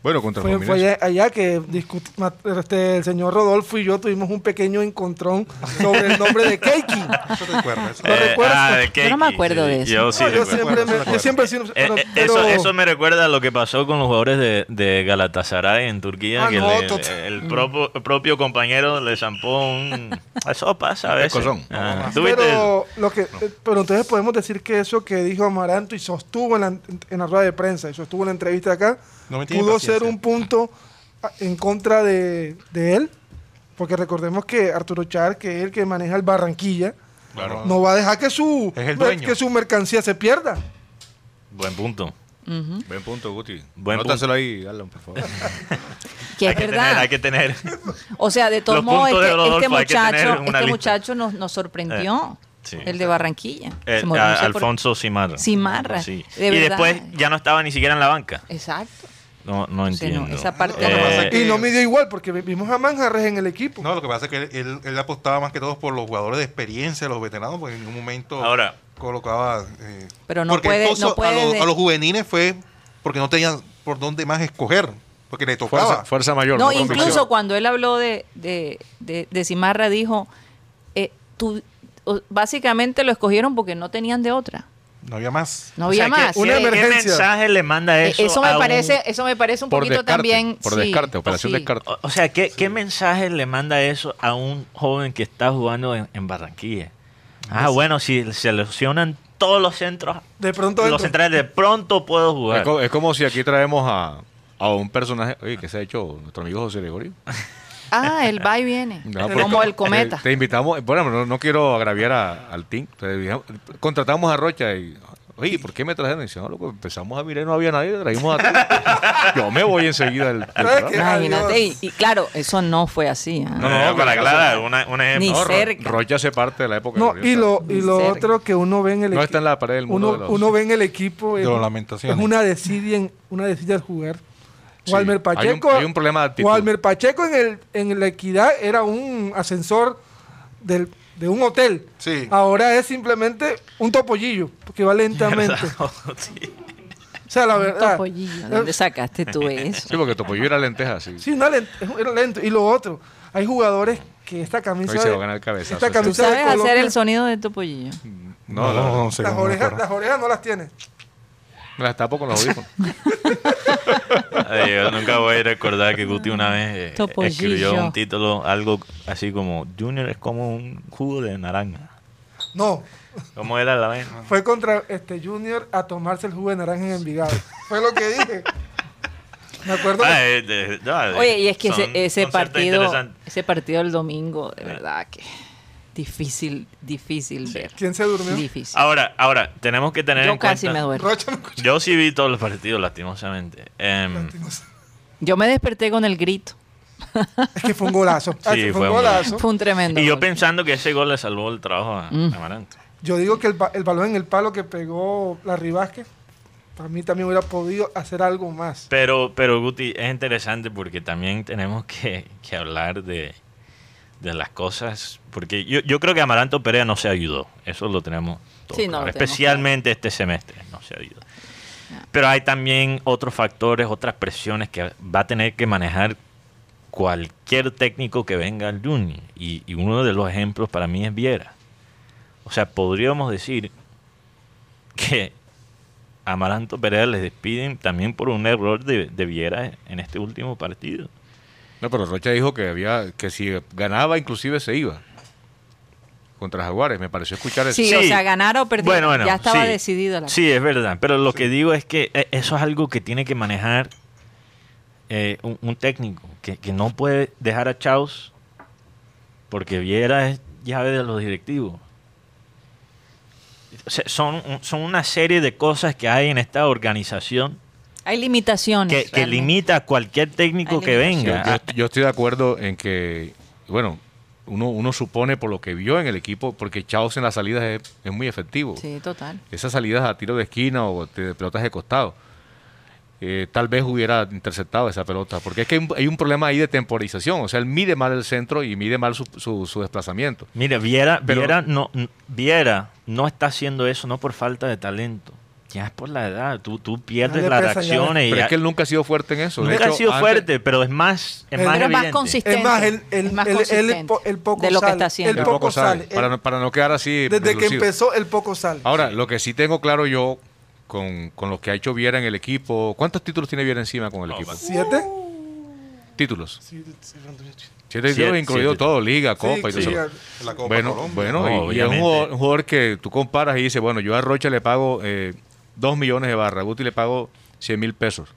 Speaker 6: Bueno, contra
Speaker 1: Fue,
Speaker 6: Fluminense.
Speaker 1: fue allá, allá que discut- ma- este, el señor Rodolfo y yo tuvimos un pequeño encontrón sobre el nombre de Keiki.
Speaker 5: Eso te acuerdas, eso-
Speaker 1: ¿Lo
Speaker 4: Eh,
Speaker 1: recuerdas?
Speaker 4: de
Speaker 3: Yo no me
Speaker 4: Keiki,
Speaker 3: acuerdo
Speaker 4: sí,
Speaker 3: de eso.
Speaker 4: ah, Yo sí
Speaker 1: No, yo,
Speaker 4: recuerdo.
Speaker 1: siempre me, yo siempre he sido-
Speaker 4: Eh,
Speaker 1: pero-
Speaker 4: eh,
Speaker 1: pero-
Speaker 4: eso, eso me recuerda a lo que pasó con los jugadores de, de Galatasaray en Turquía,
Speaker 5: Ah,
Speaker 4: que
Speaker 5: no,
Speaker 4: le-
Speaker 5: tot-
Speaker 4: el, propo- el propio compañero le zampó un... Eso pasa a veces.
Speaker 6: Pescozón.
Speaker 4: Ah, ¿tuviste eso?
Speaker 1: Pero, lo que, eh, pero entonces podemos decir que eso que dijo Amaranto y sostuvo en la, en la rueda de prensa y sostuvo en la entrevista acá,
Speaker 5: No me tiene
Speaker 1: pudo
Speaker 5: paciencia.
Speaker 1: ser un punto a- en contra de, de él Porque recordemos que Arturo Char, que es el que maneja el Barranquilla,
Speaker 5: Claro.
Speaker 1: no va a dejar que su,
Speaker 5: Es el dueño.
Speaker 1: que su mercancía se pierda.
Speaker 4: Buen punto.
Speaker 3: Ujú.
Speaker 6: Buen punto, Guti.
Speaker 4: Buen
Speaker 6: Anótaselo ahí, Alan, por favor.
Speaker 3: Que
Speaker 4: hay
Speaker 3: es
Speaker 4: que
Speaker 3: verdad.
Speaker 4: tener, hay que tener.
Speaker 3: O sea, de todos
Speaker 4: Los
Speaker 3: modos,
Speaker 4: puntos
Speaker 3: este,
Speaker 4: de Rodolfo,
Speaker 3: este
Speaker 4: hay que tener
Speaker 3: muchacho,
Speaker 4: una
Speaker 3: este
Speaker 4: lista. Eh,
Speaker 3: muchacho nos, nos sorprendió.
Speaker 4: sí.
Speaker 3: El de Barranquilla.
Speaker 4: Eh,
Speaker 3: Se me
Speaker 4: a-
Speaker 3: olvidó, no sé por-
Speaker 4: Alfonso Simarra.
Speaker 3: Simarra,
Speaker 4: Sí.
Speaker 3: de
Speaker 4: y
Speaker 3: verdad.
Speaker 4: después ya no estaba ni siquiera en la banca.
Speaker 3: Exacto.
Speaker 4: No, no
Speaker 3: sea, no,
Speaker 4: entiendo. Eh,
Speaker 3: esa parte
Speaker 5: no me pasa
Speaker 1: Eh, y
Speaker 5: que-
Speaker 1: no me dio igual, porque vi- vimos a Manjarres en el equipo.
Speaker 5: No, lo que pasa es que él, él- él apostaba más que todo por los jugadores de experiencia, los veteranos, porque en ningún momento
Speaker 4: Ahora.
Speaker 5: colocaba. eh,
Speaker 3: Pero no
Speaker 5: porque
Speaker 3: puede-
Speaker 5: incluso
Speaker 3: no puede
Speaker 5: a, los,
Speaker 3: de-
Speaker 5: a los juveniles fue porque no tenían por dónde más escoger, porque le tocaba.
Speaker 6: Fuerza, fuerza mayor.
Speaker 3: No,
Speaker 6: Convicción.
Speaker 3: incluso cuando él habló de, de, de, de Simarra, dijo: eh, tú- o- Básicamente lo escogieron porque no tenían de otra.
Speaker 5: No había más.
Speaker 3: No había
Speaker 4: O sea, ¿qué-
Speaker 3: más.
Speaker 1: Una
Speaker 4: ¿qué, qué
Speaker 1: emergencia.
Speaker 4: mensaje le manda
Speaker 3: Eh,
Speaker 4: eso?
Speaker 3: Eso, me
Speaker 4: a un-
Speaker 3: parece, eso me parece un
Speaker 6: Por
Speaker 3: poquito
Speaker 6: descarte,
Speaker 3: también.
Speaker 6: Por
Speaker 3: sí,
Speaker 6: descarte, operación
Speaker 3: sí.
Speaker 6: descarte.
Speaker 4: O, o sea, ¿qué, qué mensaje le manda eso a un joven que está jugando en, en Barranquilla? Ah, bueno, si se lesionan todos los centros,
Speaker 1: De pronto
Speaker 4: los
Speaker 1: entro.
Speaker 4: centrales, de pronto puedo
Speaker 6: Es,
Speaker 4: jugar.
Speaker 6: co- es como si aquí traemos a, a un personaje oye, que se ha hecho nuestro amigo José Gregorio.
Speaker 3: Ah, él va y viene.
Speaker 6: No, porque-
Speaker 3: como el cometa.
Speaker 6: eh, Te, te invitamos, bueno, no, no quiero agraviar a- al team. te invitamos- contratamos a Rocha y, oye, ¿por qué me trajeron? Y dice, no, loco, empezamos a mirar, no había nadie, trajimos a ti. Yo me voy enseguida del, del
Speaker 1: ¿Sabes
Speaker 6: programa.
Speaker 1: qué?
Speaker 3: Imagínate. Y,
Speaker 1: Adiós.
Speaker 3: y claro, eso no fue así. ¿ah?
Speaker 4: No, no,
Speaker 6: no,
Speaker 4: para
Speaker 6: no,
Speaker 4: aclarar,
Speaker 6: no.
Speaker 4: una- un ejemplo.
Speaker 3: Ni
Speaker 6: No, Ro-
Speaker 3: cerca.
Speaker 6: Rocha hace parte de la época.
Speaker 1: No,
Speaker 6: gloriosa.
Speaker 1: y lo, y lo
Speaker 3: Cerca.
Speaker 1: otro que uno ve en el
Speaker 6: No
Speaker 1: equi-
Speaker 6: está en la pared del mundo
Speaker 1: uno,
Speaker 6: de los-
Speaker 1: uno ve en el equipo.
Speaker 5: De
Speaker 1: es-
Speaker 5: las lamentaciones.
Speaker 1: Es una desidia, en- una desidia al jugar.
Speaker 6: Sí, hay
Speaker 1: Walmer
Speaker 6: un-
Speaker 1: Pacheco.
Speaker 6: hay un problema de actitud.
Speaker 1: Walmer Pacheco en, el, en la equidad era un ascensor del, de un hotel.
Speaker 5: Sí.
Speaker 1: Ahora es simplemente un topollillo, porque va lentamente.
Speaker 4: Sí.
Speaker 1: O sea, la verdad.
Speaker 3: Topollillo, Ah, ¿Dónde sacaste tú eso?
Speaker 6: Sí, porque Topollillo era lenteja, sí.
Speaker 1: Sí, una len- era lento. Y lo otro, hay jugadores que esta camisa.
Speaker 6: Hoy se
Speaker 1: de-
Speaker 6: va a ganar el cabezazo,
Speaker 1: Esta
Speaker 3: ¿Tú
Speaker 6: sí.
Speaker 1: camisa de
Speaker 3: sabes hacer
Speaker 1: Colombia,
Speaker 3: el sonido de Topollillo?
Speaker 6: No, no, no,
Speaker 5: sé
Speaker 1: las,
Speaker 5: cómo me
Speaker 1: orejas,
Speaker 5: acuerdo.
Speaker 1: las orejas no las tiene.
Speaker 6: me las tapo con los audífonos.
Speaker 4: Ay, yo nunca voy a recordar que Guti una vez eh,
Speaker 3: Topollillo.
Speaker 4: escribió un título, algo así como Junior es como un jugo de naranja.
Speaker 1: No,
Speaker 4: ¿Cómo era la vaina?
Speaker 1: Fue contra este Junior a tomarse el jugo de naranja en Envigado. Fue lo que dije. Me acuerdo.
Speaker 4: Ah, eh, de- no, eh,
Speaker 3: Oye, y es que
Speaker 4: son
Speaker 3: ese, ese
Speaker 4: conceptos
Speaker 3: partido,
Speaker 4: interesantes.
Speaker 3: ese partido del domingo, de verdad que difícil, difícil ver.
Speaker 1: ¿Quién se durmió?
Speaker 3: Difícil.
Speaker 4: Ahora, ahora, tenemos que tener
Speaker 3: Yo
Speaker 4: en
Speaker 3: casi
Speaker 4: cuenta-
Speaker 3: me duermo.
Speaker 1: Rocha no escuchó.
Speaker 4: Yo sí vi todos los partidos, lastimosamente. Em,
Speaker 3: Yo me desperté con el grito.
Speaker 1: Es que fue un golazo. Ah,
Speaker 4: Sí,
Speaker 1: fue,
Speaker 4: fue
Speaker 1: un
Speaker 4: un
Speaker 1: golazo.
Speaker 3: Fue un tremendo.
Speaker 4: y yo
Speaker 3: gol.
Speaker 4: pensando que ese gol le salvó el trabajo a
Speaker 3: Mm.
Speaker 4: a Amaranto.
Speaker 1: Yo digo que el, ba- el balón en el palo que pegó la Ribasque, para mí también hubiera podido hacer algo más.
Speaker 4: Pero, pero Guti, es interesante porque también tenemos que, que hablar de, de las cosas. Porque yo, yo creo que Amaranto Perea no se ayudó. Eso lo tenemos todo
Speaker 3: Sí, no,
Speaker 4: claro.
Speaker 3: lo tenemos
Speaker 4: Especialmente este semestre no se ayudó. Pero hay también otros factores, otras presiones que va a tener que manejar cualquier técnico que venga al Junior. Y, y uno de los ejemplos para mí es Viera. O sea, podríamos decir que a Amaranto Perea les despiden también por un error de, de Viera en este último partido.
Speaker 6: No, pero Rocha dijo que había que si ganaba inclusive se iba contra Jaguares. Me pareció escuchar eso.
Speaker 3: Sí, o sea, ganar o perder,
Speaker 4: Bueno, bueno,
Speaker 3: ya estaba
Speaker 4: sí.
Speaker 3: decidida la
Speaker 4: Sí, es verdad. Pero lo que digo es que eh, eso es algo que tiene que manejar eh, un, un técnico, que, que no puede dejar a Chaus porque Viera es llave de los directivos. O sea, son, un- son una serie de cosas que hay en esta organización
Speaker 3: Hay limitaciones.
Speaker 4: que, que
Speaker 3: realmente.
Speaker 4: limita a cualquier técnico
Speaker 3: Hay
Speaker 4: que
Speaker 6: Yo,
Speaker 4: venga.
Speaker 6: yo- yo estoy de acuerdo en que, bueno, uno, uno supone por lo que vio en el equipo, porque Chaos en las salidas es, es muy efectivo.
Speaker 3: Sí, total.
Speaker 6: Esas salidas a tiro de esquina o de pelotas de costado. eh, tal vez hubiera interceptado esa pelota, porque es que hay un, hay un problema ahí de temporización. O sea, él mide mal el centro y mide mal su, su- su desplazamiento.
Speaker 4: Mira, Viera,
Speaker 6: Pero-
Speaker 4: Viera, no, n- Viera no está haciendo eso no por falta de talento. Ya es por la edad. Tú, tú pierdes
Speaker 1: le
Speaker 4: las
Speaker 1: pesa, ya le-
Speaker 4: acciones. y
Speaker 6: pues, Pero
Speaker 4: ya-
Speaker 6: es que él nunca ha sido fuerte en eso. De
Speaker 4: nunca
Speaker 6: hecho,
Speaker 4: ha sido
Speaker 6: antes-
Speaker 4: fuerte, pero es más, es
Speaker 1: Pero
Speaker 4: más
Speaker 3: Pero es más
Speaker 4: evidente.
Speaker 3: consistente.
Speaker 1: Es más, el- el-
Speaker 3: es más
Speaker 1: el- el-
Speaker 3: consistente
Speaker 1: el po- el poco
Speaker 3: de lo que
Speaker 1: sale.
Speaker 3: está haciendo.
Speaker 6: El poco sale.
Speaker 1: sale.
Speaker 6: Para,
Speaker 1: El-
Speaker 6: no, para no quedar así.
Speaker 1: Desde que
Speaker 6: relucido.
Speaker 1: empezó, el poco sale.
Speaker 6: Ahora, lo que sí tengo claro yo con, con lo que ha hecho Viera en el equipo. ¿Cuántos títulos tiene Viera encima con el
Speaker 4: No,
Speaker 6: equipo?
Speaker 4: más-
Speaker 1: ¿Siete?
Speaker 6: Oh, títulos.
Speaker 1: Sí, sí, sí.
Speaker 6: Siete
Speaker 4: Siete,
Speaker 6: títulos, incluido
Speaker 4: siete.
Speaker 6: todo, Liga, Copa y
Speaker 1: sí,
Speaker 6: todo eso.
Speaker 1: sí.
Speaker 5: La Copa
Speaker 6: Bueno,
Speaker 5: Colombia.
Speaker 6: bueno,
Speaker 4: No,
Speaker 6: y- y, es un
Speaker 4: obviamente.
Speaker 6: jugador, un jugador que tú comparas y dices, bueno, yo a Rocha le pago eh, dos millones de barras, a Guti le pago 100 mil pesos.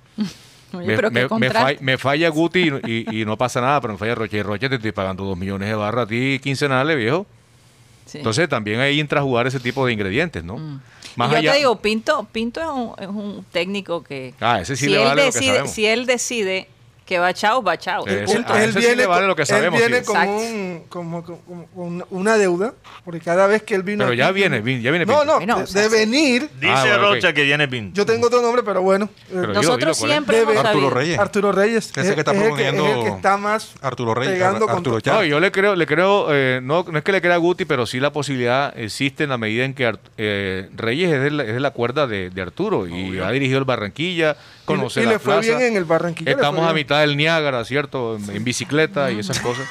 Speaker 6: Me,
Speaker 7: pero qué
Speaker 6: me- me
Speaker 7: contraste.
Speaker 6: fall- me falla Guti y, y- y no pasa nada, pero me falla Roche. Y Roche te estoy pagando dos millones de barras a ti quincenales, viejo.
Speaker 3: Sí. Mm.
Speaker 6: Entonces también ahí entra a jugar ese tipo de ingredientes, ¿no?
Speaker 3: Y yo te digo, Pinto, Pinto es un, es un técnico que
Speaker 6: Ah, ese sí
Speaker 3: si
Speaker 6: le
Speaker 3: él
Speaker 6: vale lo que
Speaker 3: decide,
Speaker 6: sabemos.
Speaker 3: si él decide que va chao, va chao.
Speaker 1: Eh,
Speaker 6: Ese-
Speaker 3: Y punto.
Speaker 6: ah, ese sí le vale lo que
Speaker 1: él
Speaker 6: sabemos,
Speaker 1: viene
Speaker 6: sí.
Speaker 1: con,
Speaker 3: Exacto.
Speaker 1: un- como- como- como con una deuda, porque cada vez que él vino.
Speaker 6: Pero ya
Speaker 1: aquí-
Speaker 6: viene, vi- ya viene
Speaker 1: No,
Speaker 6: Pinto.
Speaker 1: no,
Speaker 3: Bueno,
Speaker 1: de,
Speaker 3: o sea,
Speaker 1: de
Speaker 3: sí.
Speaker 1: venir.
Speaker 4: Dice
Speaker 6: Ah, bueno, ok.
Speaker 4: Rocha que viene Pinto.
Speaker 1: Yo tengo otro nombre, pero bueno. eh,
Speaker 6: Pero
Speaker 3: Nosotros
Speaker 6: dilo, ¿cuál es?
Speaker 3: siempre hemos
Speaker 1: Debe-
Speaker 5: Arturo
Speaker 3: sabido.
Speaker 5: Reyes.
Speaker 1: Arturo Reyes.
Speaker 5: Ese que está
Speaker 1: es el que- es el que
Speaker 5: proponiendo
Speaker 1: está más
Speaker 5: Arturo Rey,
Speaker 1: pegando con
Speaker 5: Arturo
Speaker 1: todo.
Speaker 5: Chávez.
Speaker 6: No, yo le creo, le creo, eh, no, no es que le crea a Guti, pero sí la posibilidad existe en la medida en que Art- eh, Reyes es de la, es de la cuerda de, de Arturo y ha dirigido el Barranquilla, conoce
Speaker 1: Y- y
Speaker 6: la
Speaker 1: le fue
Speaker 6: plaza.
Speaker 1: bien en el Barranquilla, le fue
Speaker 6: Estamos a
Speaker 1: bien.
Speaker 6: mitad del Niágara, ¿cierto? En, en bicicleta y esas cosas.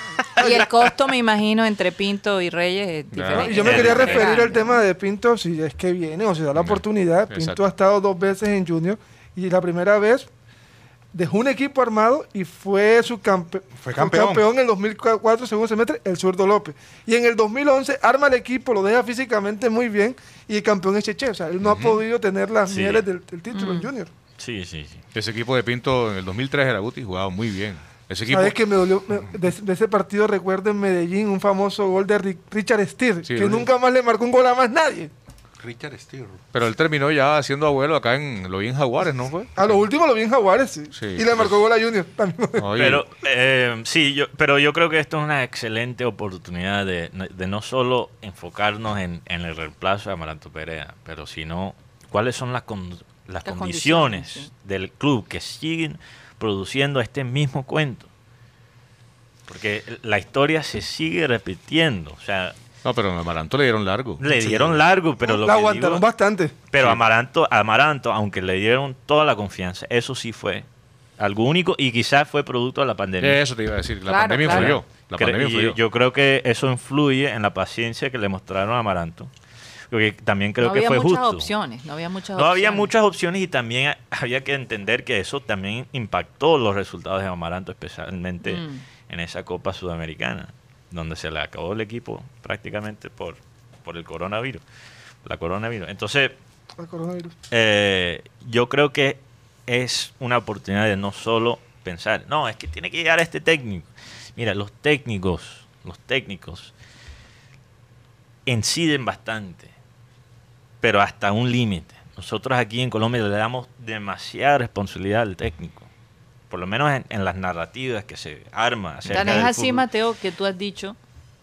Speaker 3: Y el costo, me imagino, entre Pinto y Reyes es
Speaker 6: Claro.
Speaker 3: diferente.
Speaker 1: Y yo me
Speaker 4: Eh,
Speaker 1: quería
Speaker 4: eh,
Speaker 1: referir
Speaker 4: eh,
Speaker 1: al tema de Pinto, si es que viene o si da la oportunidad.
Speaker 6: Exacto.
Speaker 1: Pinto ha estado dos veces en Junior y la primera vez dejó un equipo armado y fue su
Speaker 5: Fue campeón.
Speaker 1: en el 2004, segundo semestre, el Zurdo López. Y en el 2011 arma el equipo, lo deja físicamente muy bien y el campeón es Cheche. O sea, él no ha podido tener las
Speaker 4: Sí.
Speaker 1: mieles del, del título en Junior.
Speaker 4: Sí, sí, sí.
Speaker 6: Ese equipo de Pinto en el 2003 era Guti, jugaba muy bien. Ese equipo.
Speaker 1: ¿Sabes que me dolió? me- de, de ese partido recuerdo en Medellín un famoso gol de Ri- Richard Steer,
Speaker 6: Sí,
Speaker 1: que
Speaker 6: el-
Speaker 1: nunca más le marcó un gol a más nadie.
Speaker 5: Richard Steer.
Speaker 6: Pero él terminó ya siendo abuelo acá en lo vi en Jaguares, ¿no fue?
Speaker 1: A Ah, lo último lo vi en Jaguares, sí.
Speaker 6: Sí,
Speaker 1: y le marcó gol a Junior también.
Speaker 6: Oye,
Speaker 4: Pero eh, sí, yo, pero yo creo que esto es una excelente oportunidad de, de no solo enfocarnos en, en el reemplazo de Amaranto Perea, pero sino cuáles son las, con- las condiciones
Speaker 3: condiciones,
Speaker 4: del club que siguen produciendo este mismo cuento. Porque la historia se sigue repitiendo. O sea,
Speaker 6: No, pero a Amaranto le dieron largo.
Speaker 4: le dieron largo, pero lo
Speaker 1: la
Speaker 4: que
Speaker 1: aguantaron
Speaker 4: digo-
Speaker 1: bastante.
Speaker 4: pero Amaranto, Amaranto, aunque le dieron toda la confianza, eso sí fue algo único y quizás fue producto de la pandemia.
Speaker 6: Eso te iba a decir. La
Speaker 7: Claro,
Speaker 6: pandemia
Speaker 7: claro.
Speaker 6: influyó. La
Speaker 4: Cre-
Speaker 6: pandemia
Speaker 4: y
Speaker 6: influyó.
Speaker 4: Yo creo que eso influye en la paciencia que le mostraron a Amaranto. Porque también creo
Speaker 3: no
Speaker 4: que
Speaker 3: había
Speaker 4: fue
Speaker 3: muchas
Speaker 4: justo.
Speaker 3: opciones, no había muchas
Speaker 4: No había
Speaker 3: opciones.
Speaker 4: muchas opciones y también ha- había que entender que eso también impactó los resultados de Amaranto, especialmente
Speaker 3: Mm.
Speaker 4: en esa Copa Sudamericana, donde se le acabó el equipo prácticamente por, por el coronavirus. La coronavirus. Entonces,
Speaker 1: al coronavirus.
Speaker 4: eh, yo creo que es una oportunidad de no solo pensar, no, es que tiene que llegar este técnico. Mira, los técnicos, los técnicos inciden bastante, pero hasta un límite. Nosotros aquí en Colombia le damos demasiada responsabilidad al técnico, por lo menos en, en las narrativas que se arma. acerca
Speaker 3: Tan es
Speaker 4: del
Speaker 3: así,
Speaker 4: fútbol.
Speaker 3: Mateo, que tú has dicho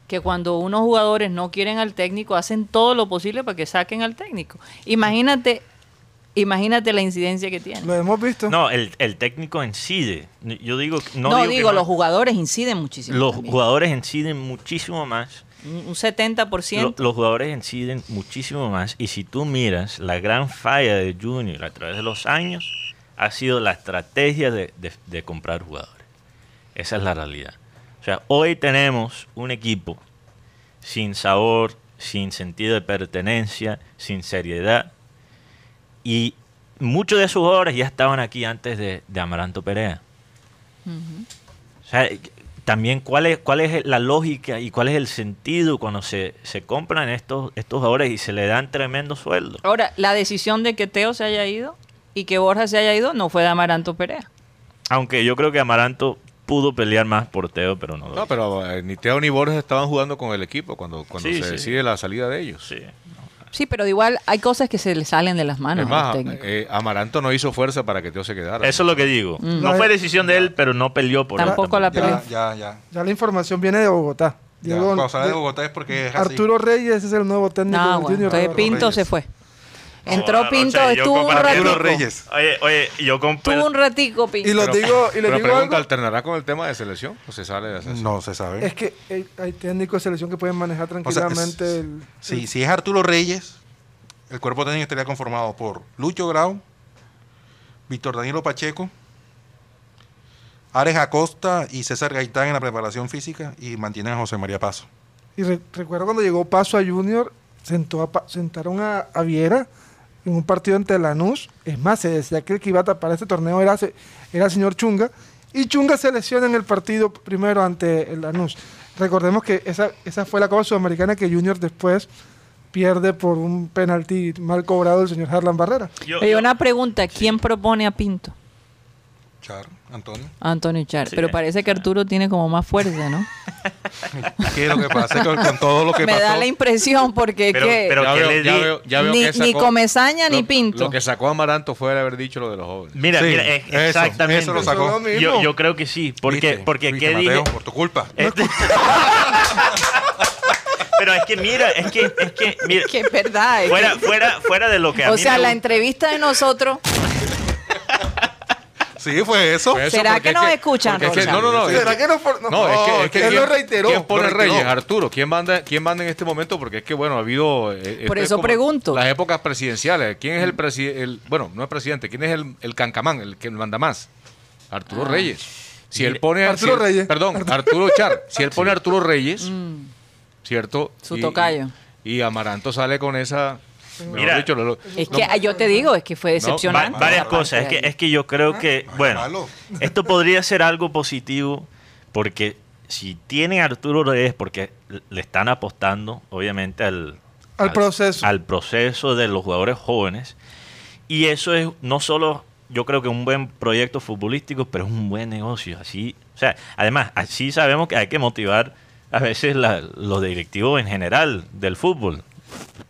Speaker 3: que cuando unos jugadores no quieren al técnico, hacen todo lo posible para que saquen al técnico. Imagínate, imagínate la incidencia que tiene.
Speaker 1: Lo hemos visto.
Speaker 4: No, el, el técnico incide. Yo digo, no,
Speaker 3: No,
Speaker 4: digo, que
Speaker 3: digo,
Speaker 4: no-
Speaker 3: los jugadores inciden muchísimo.
Speaker 4: los
Speaker 3: también.
Speaker 4: jugadores inciden muchísimo más.
Speaker 3: Un un 70%.
Speaker 4: Lo- los jugadores inciden muchísimo más y si tú miras la gran falla de Junior a través de los años ha sido la estrategia de, de- de comprar jugadores. Esa es la realidad. O sea, hoy tenemos un equipo sin sabor, sin sentido de pertenencia, sin seriedad y muchos de esos jugadores ya estaban aquí antes de, de Amaranto Perea. O sea, también cuál es, cuál es la lógica y cuál es el sentido cuando se, se compran estos, estos jugadores y se le dan tremendo sueldo.
Speaker 3: Ahora, la decisión de que Teo se haya ido y que Borja se haya ido no fue de Amaranto Perea.
Speaker 4: Aunque yo creo que Amaranto pudo pelear más por Teo, pero no. lo
Speaker 6: No,
Speaker 4: hizo.
Speaker 6: pero eh, ni Teo ni Borges estaban jugando con el equipo cuando, cuando
Speaker 4: Sí,
Speaker 6: se
Speaker 4: sí.
Speaker 6: decide la salida de ellos.
Speaker 4: Sí.
Speaker 7: Sí, pero de igual hay cosas que se le salen de las
Speaker 3: Ah,
Speaker 7: manos
Speaker 6: es
Speaker 7: a los
Speaker 6: más,
Speaker 7: técnicos.
Speaker 6: eh, Amaranto no hizo fuerza para que Teo se quedara.
Speaker 4: Eso es lo que digo. No eh,
Speaker 1: La-
Speaker 4: fue decisión de él, pero no peleó por
Speaker 3: Mm.
Speaker 4: él
Speaker 3: Tampoco la peleó.
Speaker 5: Ya, ya, ya.
Speaker 1: Ya la información viene de Bogotá.
Speaker 5: Ya,
Speaker 1: Diego-
Speaker 5: cuando sale de
Speaker 1: de-
Speaker 5: Bogotá es porque es así.
Speaker 1: Arturo Reyes es el nuevo técnico
Speaker 7: No,
Speaker 1: del
Speaker 7: bueno,
Speaker 1: Junior.
Speaker 7: entonces
Speaker 1: ahora.
Speaker 7: Pinto
Speaker 5: Reyes.
Speaker 7: se fue.
Speaker 4: No,
Speaker 7: Entró
Speaker 4: no,
Speaker 7: Pinto,
Speaker 4: o sea, yo
Speaker 7: estuvo un
Speaker 4: comparé a
Speaker 5: Arturo
Speaker 7: ratito.
Speaker 5: Reyes.
Speaker 4: Oye, oye, yo compré.
Speaker 7: Estuvo un ratico, Pinto.
Speaker 1: Y lo digo, y le
Speaker 6: Pero
Speaker 1: digo
Speaker 6: pregunta,
Speaker 1: algo.
Speaker 6: ¿alternará con el tema de selección o se sale de la selección?
Speaker 5: No se sabe.
Speaker 1: Es que eh, hay técnicos de selección que pueden manejar
Speaker 5: O sea, es-
Speaker 1: tranquilamente el,
Speaker 5: sí, si es Arturo Reyes, el cuerpo técnico estaría conformado por Lucho Grau, Víctor Danilo Pacheco, Ares Acosta y César Gaitán en la preparación física y mantienen a José María Paso.
Speaker 1: Y re- recuerdo cuando llegó Paso a Junior, sentó a Pa- sentaron a, a Viera en un partido ante Lanús. Es más, se decía que el que iba a tapar este torneo era, se- era el señor Chunga. Y Chunga se lesiona en el partido primero ante el Lanús. Recordemos que esa, esa fue la Copa Sudamericana que Junior después pierde por un penalti mal cobrado del señor Harlan Barrera.
Speaker 4: Yo-
Speaker 3: Oye,
Speaker 4: yo-
Speaker 3: una pregunta, ¿quién propone a Pinto?
Speaker 5: Char, Antonio.
Speaker 3: Antonio Char.
Speaker 4: Sí,
Speaker 3: Pero parece que Arturo tiene como más fuerza, ¿no?
Speaker 5: ¿Qué es lo que pasa con, con todo lo que
Speaker 3: Me
Speaker 5: pasó?
Speaker 3: da la impresión porque
Speaker 4: Pero-
Speaker 3: que
Speaker 4: pero-
Speaker 6: ya
Speaker 4: ¿qué
Speaker 6: veo,
Speaker 4: le
Speaker 6: ya
Speaker 4: di?
Speaker 6: veo- ya veo
Speaker 3: Ni-
Speaker 6: que sacó-
Speaker 3: ni Comezaña ni
Speaker 6: lo-
Speaker 3: Pinto.
Speaker 6: Lo que sacó Amaranto fue el haber dicho lo de los jóvenes.
Speaker 4: Mira,
Speaker 5: Sí,
Speaker 4: mira, es-
Speaker 5: eso,
Speaker 4: exactamente.
Speaker 5: eso lo sacó.
Speaker 1: Eso es lo mismo.
Speaker 4: Yo, yo creo que sí, porque,
Speaker 5: Viste,
Speaker 4: porque
Speaker 5: viste,
Speaker 4: ¿qué
Speaker 5: Mateo,
Speaker 4: dije?
Speaker 5: Por tu culpa.
Speaker 4: Este- Pero es que mira, es que, es que, mira,
Speaker 7: Que es verdad. es
Speaker 4: fuera, fuera, fuera de lo que a
Speaker 7: que- o
Speaker 4: mí
Speaker 7: sea,
Speaker 4: me
Speaker 7: la
Speaker 4: gusta.
Speaker 7: entrevista de nosotros.
Speaker 5: Sí, fue eso.
Speaker 6: Fue Pues eso,
Speaker 7: ¿Será
Speaker 6: porque
Speaker 7: que
Speaker 6: es
Speaker 7: nos escuchan,
Speaker 6: porque es que-
Speaker 7: Rosa?
Speaker 6: No, no, no. es
Speaker 1: ¿Será que no for-
Speaker 6: No, es que, es que
Speaker 1: él
Speaker 6: ¿quién-
Speaker 1: lo reiteró.
Speaker 6: ¿Quién pone
Speaker 5: lo reiteró.
Speaker 6: reyes? Arturo. ¿Quién manda, ¿Quién manda en este momento? Porque es que, bueno, ha habido... eh,
Speaker 3: Por
Speaker 6: esto es
Speaker 3: eso
Speaker 6: como
Speaker 3: pregunto.
Speaker 6: Las épocas presidenciales. ¿Quién es el presidente? Bueno, no es presidente. ¿Quién es el, el cancamán, el que manda más? Arturo
Speaker 7: Ah.
Speaker 6: Reyes. Si él pone... a- si
Speaker 1: Arturo
Speaker 6: él-
Speaker 1: Reyes.
Speaker 6: Perdón, Arturo Char. Si él pone a Arturo Reyes,
Speaker 7: Mm.
Speaker 6: ¿cierto?
Speaker 3: Su
Speaker 6: Y-
Speaker 3: tocayo.
Speaker 6: Y, y Amaranto sale con esa... mejor
Speaker 4: Mira.
Speaker 6: dicho, lo- lo-
Speaker 7: Es que ah, yo te digo, es que fue
Speaker 4: Va-
Speaker 7: decepcionante.
Speaker 4: varias
Speaker 3: Ah,
Speaker 7: la
Speaker 4: cosas. Es
Speaker 7: parte
Speaker 4: que,
Speaker 7: de ahí.
Speaker 4: es que yo creo que,
Speaker 5: Ay,
Speaker 4: bueno,
Speaker 5: malo.
Speaker 4: esto podría ser algo positivo porque si tienen a Arturo Reyes, porque le están apostando, obviamente, al,
Speaker 1: Al proceso.
Speaker 4: al proceso de los jugadores jóvenes. Y eso es no solo, yo creo que un buen proyecto futbolístico, pero es un buen negocio. Así, o sea, además, así sabemos que hay que motivar a veces la- los directivos en general del fútbol.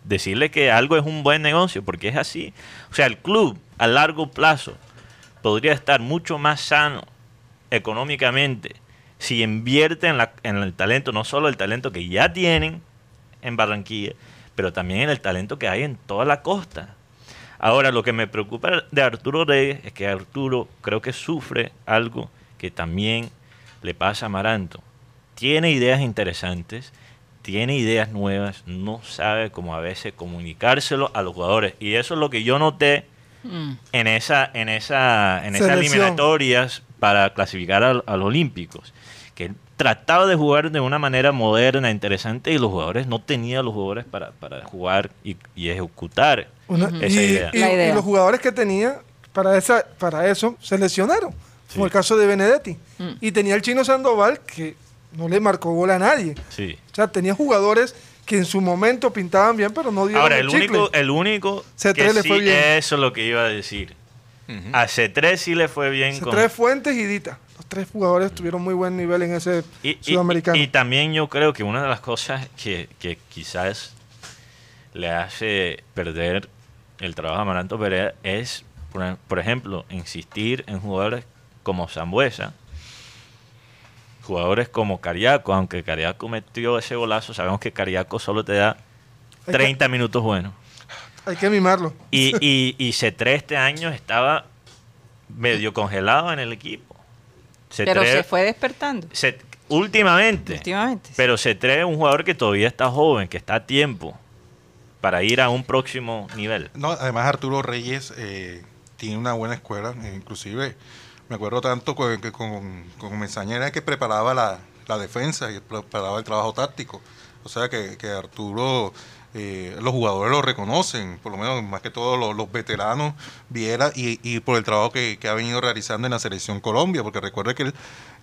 Speaker 4: Decirle que algo es un buen negocio, porque es así. O sea, el club a largo plazo podría estar mucho más sano económicamente si invierte en, la- en el talento, no solo el talento que ya tienen en Barranquilla, pero también en el talento que hay en toda la costa. Ahora, lo que me preocupa de Arturo Reyes es que Arturo creo que sufre algo que también le pasa a Maranto. Tiene ideas interesantes, tiene ideas nuevas, no sabe cómo a veces comunicárselo a los jugadores. Y eso es lo que yo noté
Speaker 3: Mm.
Speaker 4: en esa en esa en esas
Speaker 1: Selección.
Speaker 4: eliminatorias para clasificar al- a, los olímpicos que él trataba de jugar de una manera moderna interesante y los jugadores no tenían los jugadores para, para jugar y, y ejecutar
Speaker 1: Una-
Speaker 4: esa
Speaker 1: y,
Speaker 4: idea
Speaker 1: y-
Speaker 7: La idea.
Speaker 1: y los jugadores que tenía para, esa, para eso se lesionaron. Como el caso de Benedetti.
Speaker 7: Mm.
Speaker 1: Y tenía el chino Sandoval que no le marcó bola a nadie.
Speaker 4: sí
Speaker 1: O sea, tenía jugadores que en su momento pintaban bien, pero no dieron
Speaker 4: ahora
Speaker 1: el
Speaker 4: el
Speaker 1: chicle.
Speaker 4: único el único
Speaker 1: C3
Speaker 4: que
Speaker 1: le fue
Speaker 4: sí,
Speaker 1: bien.
Speaker 4: eso es lo que iba a decir a C3 sí le fue bien
Speaker 1: Ese
Speaker 4: con-
Speaker 1: Tres Fuentes y Dita. Los tres jugadores tuvieron muy buen nivel en ese
Speaker 4: Y, y-
Speaker 1: sudamericano.
Speaker 4: y también yo creo que una de las cosas que, que quizás le hace perder el trabajo a Maranto Perea es, por, e- por ejemplo, insistir en jugadores como Zambuesa, jugadores como Cariaco, aunque Cariaco metió ese golazo, sabemos que Cariaco solo te da 30 minutos buenos.
Speaker 1: Hay que mimarlo.
Speaker 4: Y, y, y C3 este año estaba medio congelado en el equipo.
Speaker 7: Pero
Speaker 4: C3
Speaker 7: se fue despertando.
Speaker 4: se- últimamente.
Speaker 7: Últimamente, sí.
Speaker 4: Pero se trae un jugador que todavía está joven, que está a tiempo para ir a un próximo nivel.
Speaker 5: No, además Arturo Reyes eh, tiene una buena escuela, eh, inclusive me acuerdo tanto con, que con, con Mesaña era que preparaba la, la defensa y preparaba el trabajo táctico. O sea que, que Arturo, eh, los jugadores lo reconocen, por lo menos más que todo los, los veteranos, Viera, y, y por el trabajo que, que ha venido realizando en la selección Colombia, porque recuerde que él,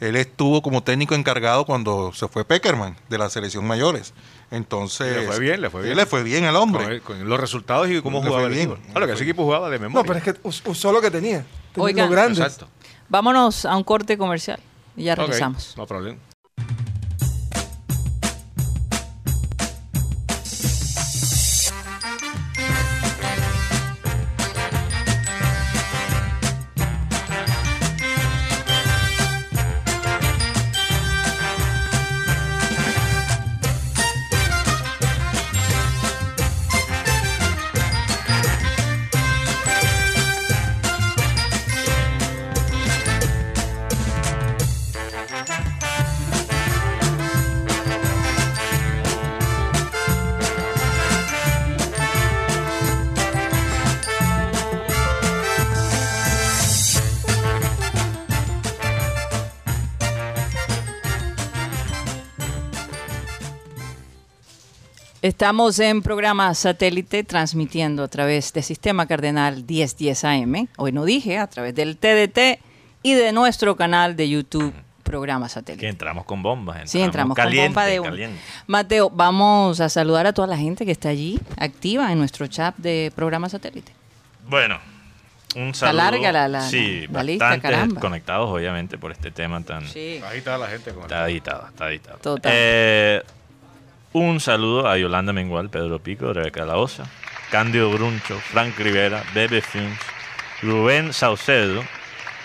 Speaker 5: él estuvo como técnico encargado cuando se fue Peckerman de la selección mayores. Entonces,
Speaker 6: Le fue bien, le fue bien.
Speaker 5: Le fue bien al hombre.
Speaker 6: con, con los resultados y cómo
Speaker 5: Le fue
Speaker 6: jugaba el
Speaker 5: bien,
Speaker 6: equipo.
Speaker 5: le
Speaker 6: Claro, que
Speaker 5: fue
Speaker 6: ese
Speaker 5: bien.
Speaker 6: equipo jugaba de
Speaker 1: No,
Speaker 6: memoria.
Speaker 1: pero es que us- usó lo que tenía. Tenía
Speaker 7: Oigan.
Speaker 1: los grandes.
Speaker 6: Exacto.
Speaker 3: vámonos a un corte comercial y ya
Speaker 6: Ok,
Speaker 3: regresamos.
Speaker 6: No problema.
Speaker 3: Estamos en programa satélite transmitiendo a través de Sistema Cardenal 1010 AM, hoy no dije, a través del TDT y de nuestro canal de YouTube Programa
Speaker 4: Que
Speaker 3: Satélite.
Speaker 4: entramos con bombas.
Speaker 3: Sí, entramos
Speaker 4: caliente,
Speaker 3: con bomba de una.
Speaker 4: caliente.
Speaker 3: Mateo, vamos a saludar a toda la gente que está allí activa en nuestro chat de Programa Satélite.
Speaker 4: Bueno, un
Speaker 3: Está
Speaker 4: saludo.
Speaker 3: larga la- la-
Speaker 4: sí,
Speaker 3: la lista,
Speaker 4: bastante
Speaker 3: caramba.
Speaker 4: conectados, obviamente, por este tema tan.
Speaker 3: Sí.
Speaker 6: Agitada la gente con el-
Speaker 4: Está editado, está editado.
Speaker 3: Total.
Speaker 4: Eh, un saludo a Yolanda Mengual, Pedro Pico, Rebeca Laosa, Cándido Gruncho, Frank Rivera, Bebe Films, Rubén Saucedo,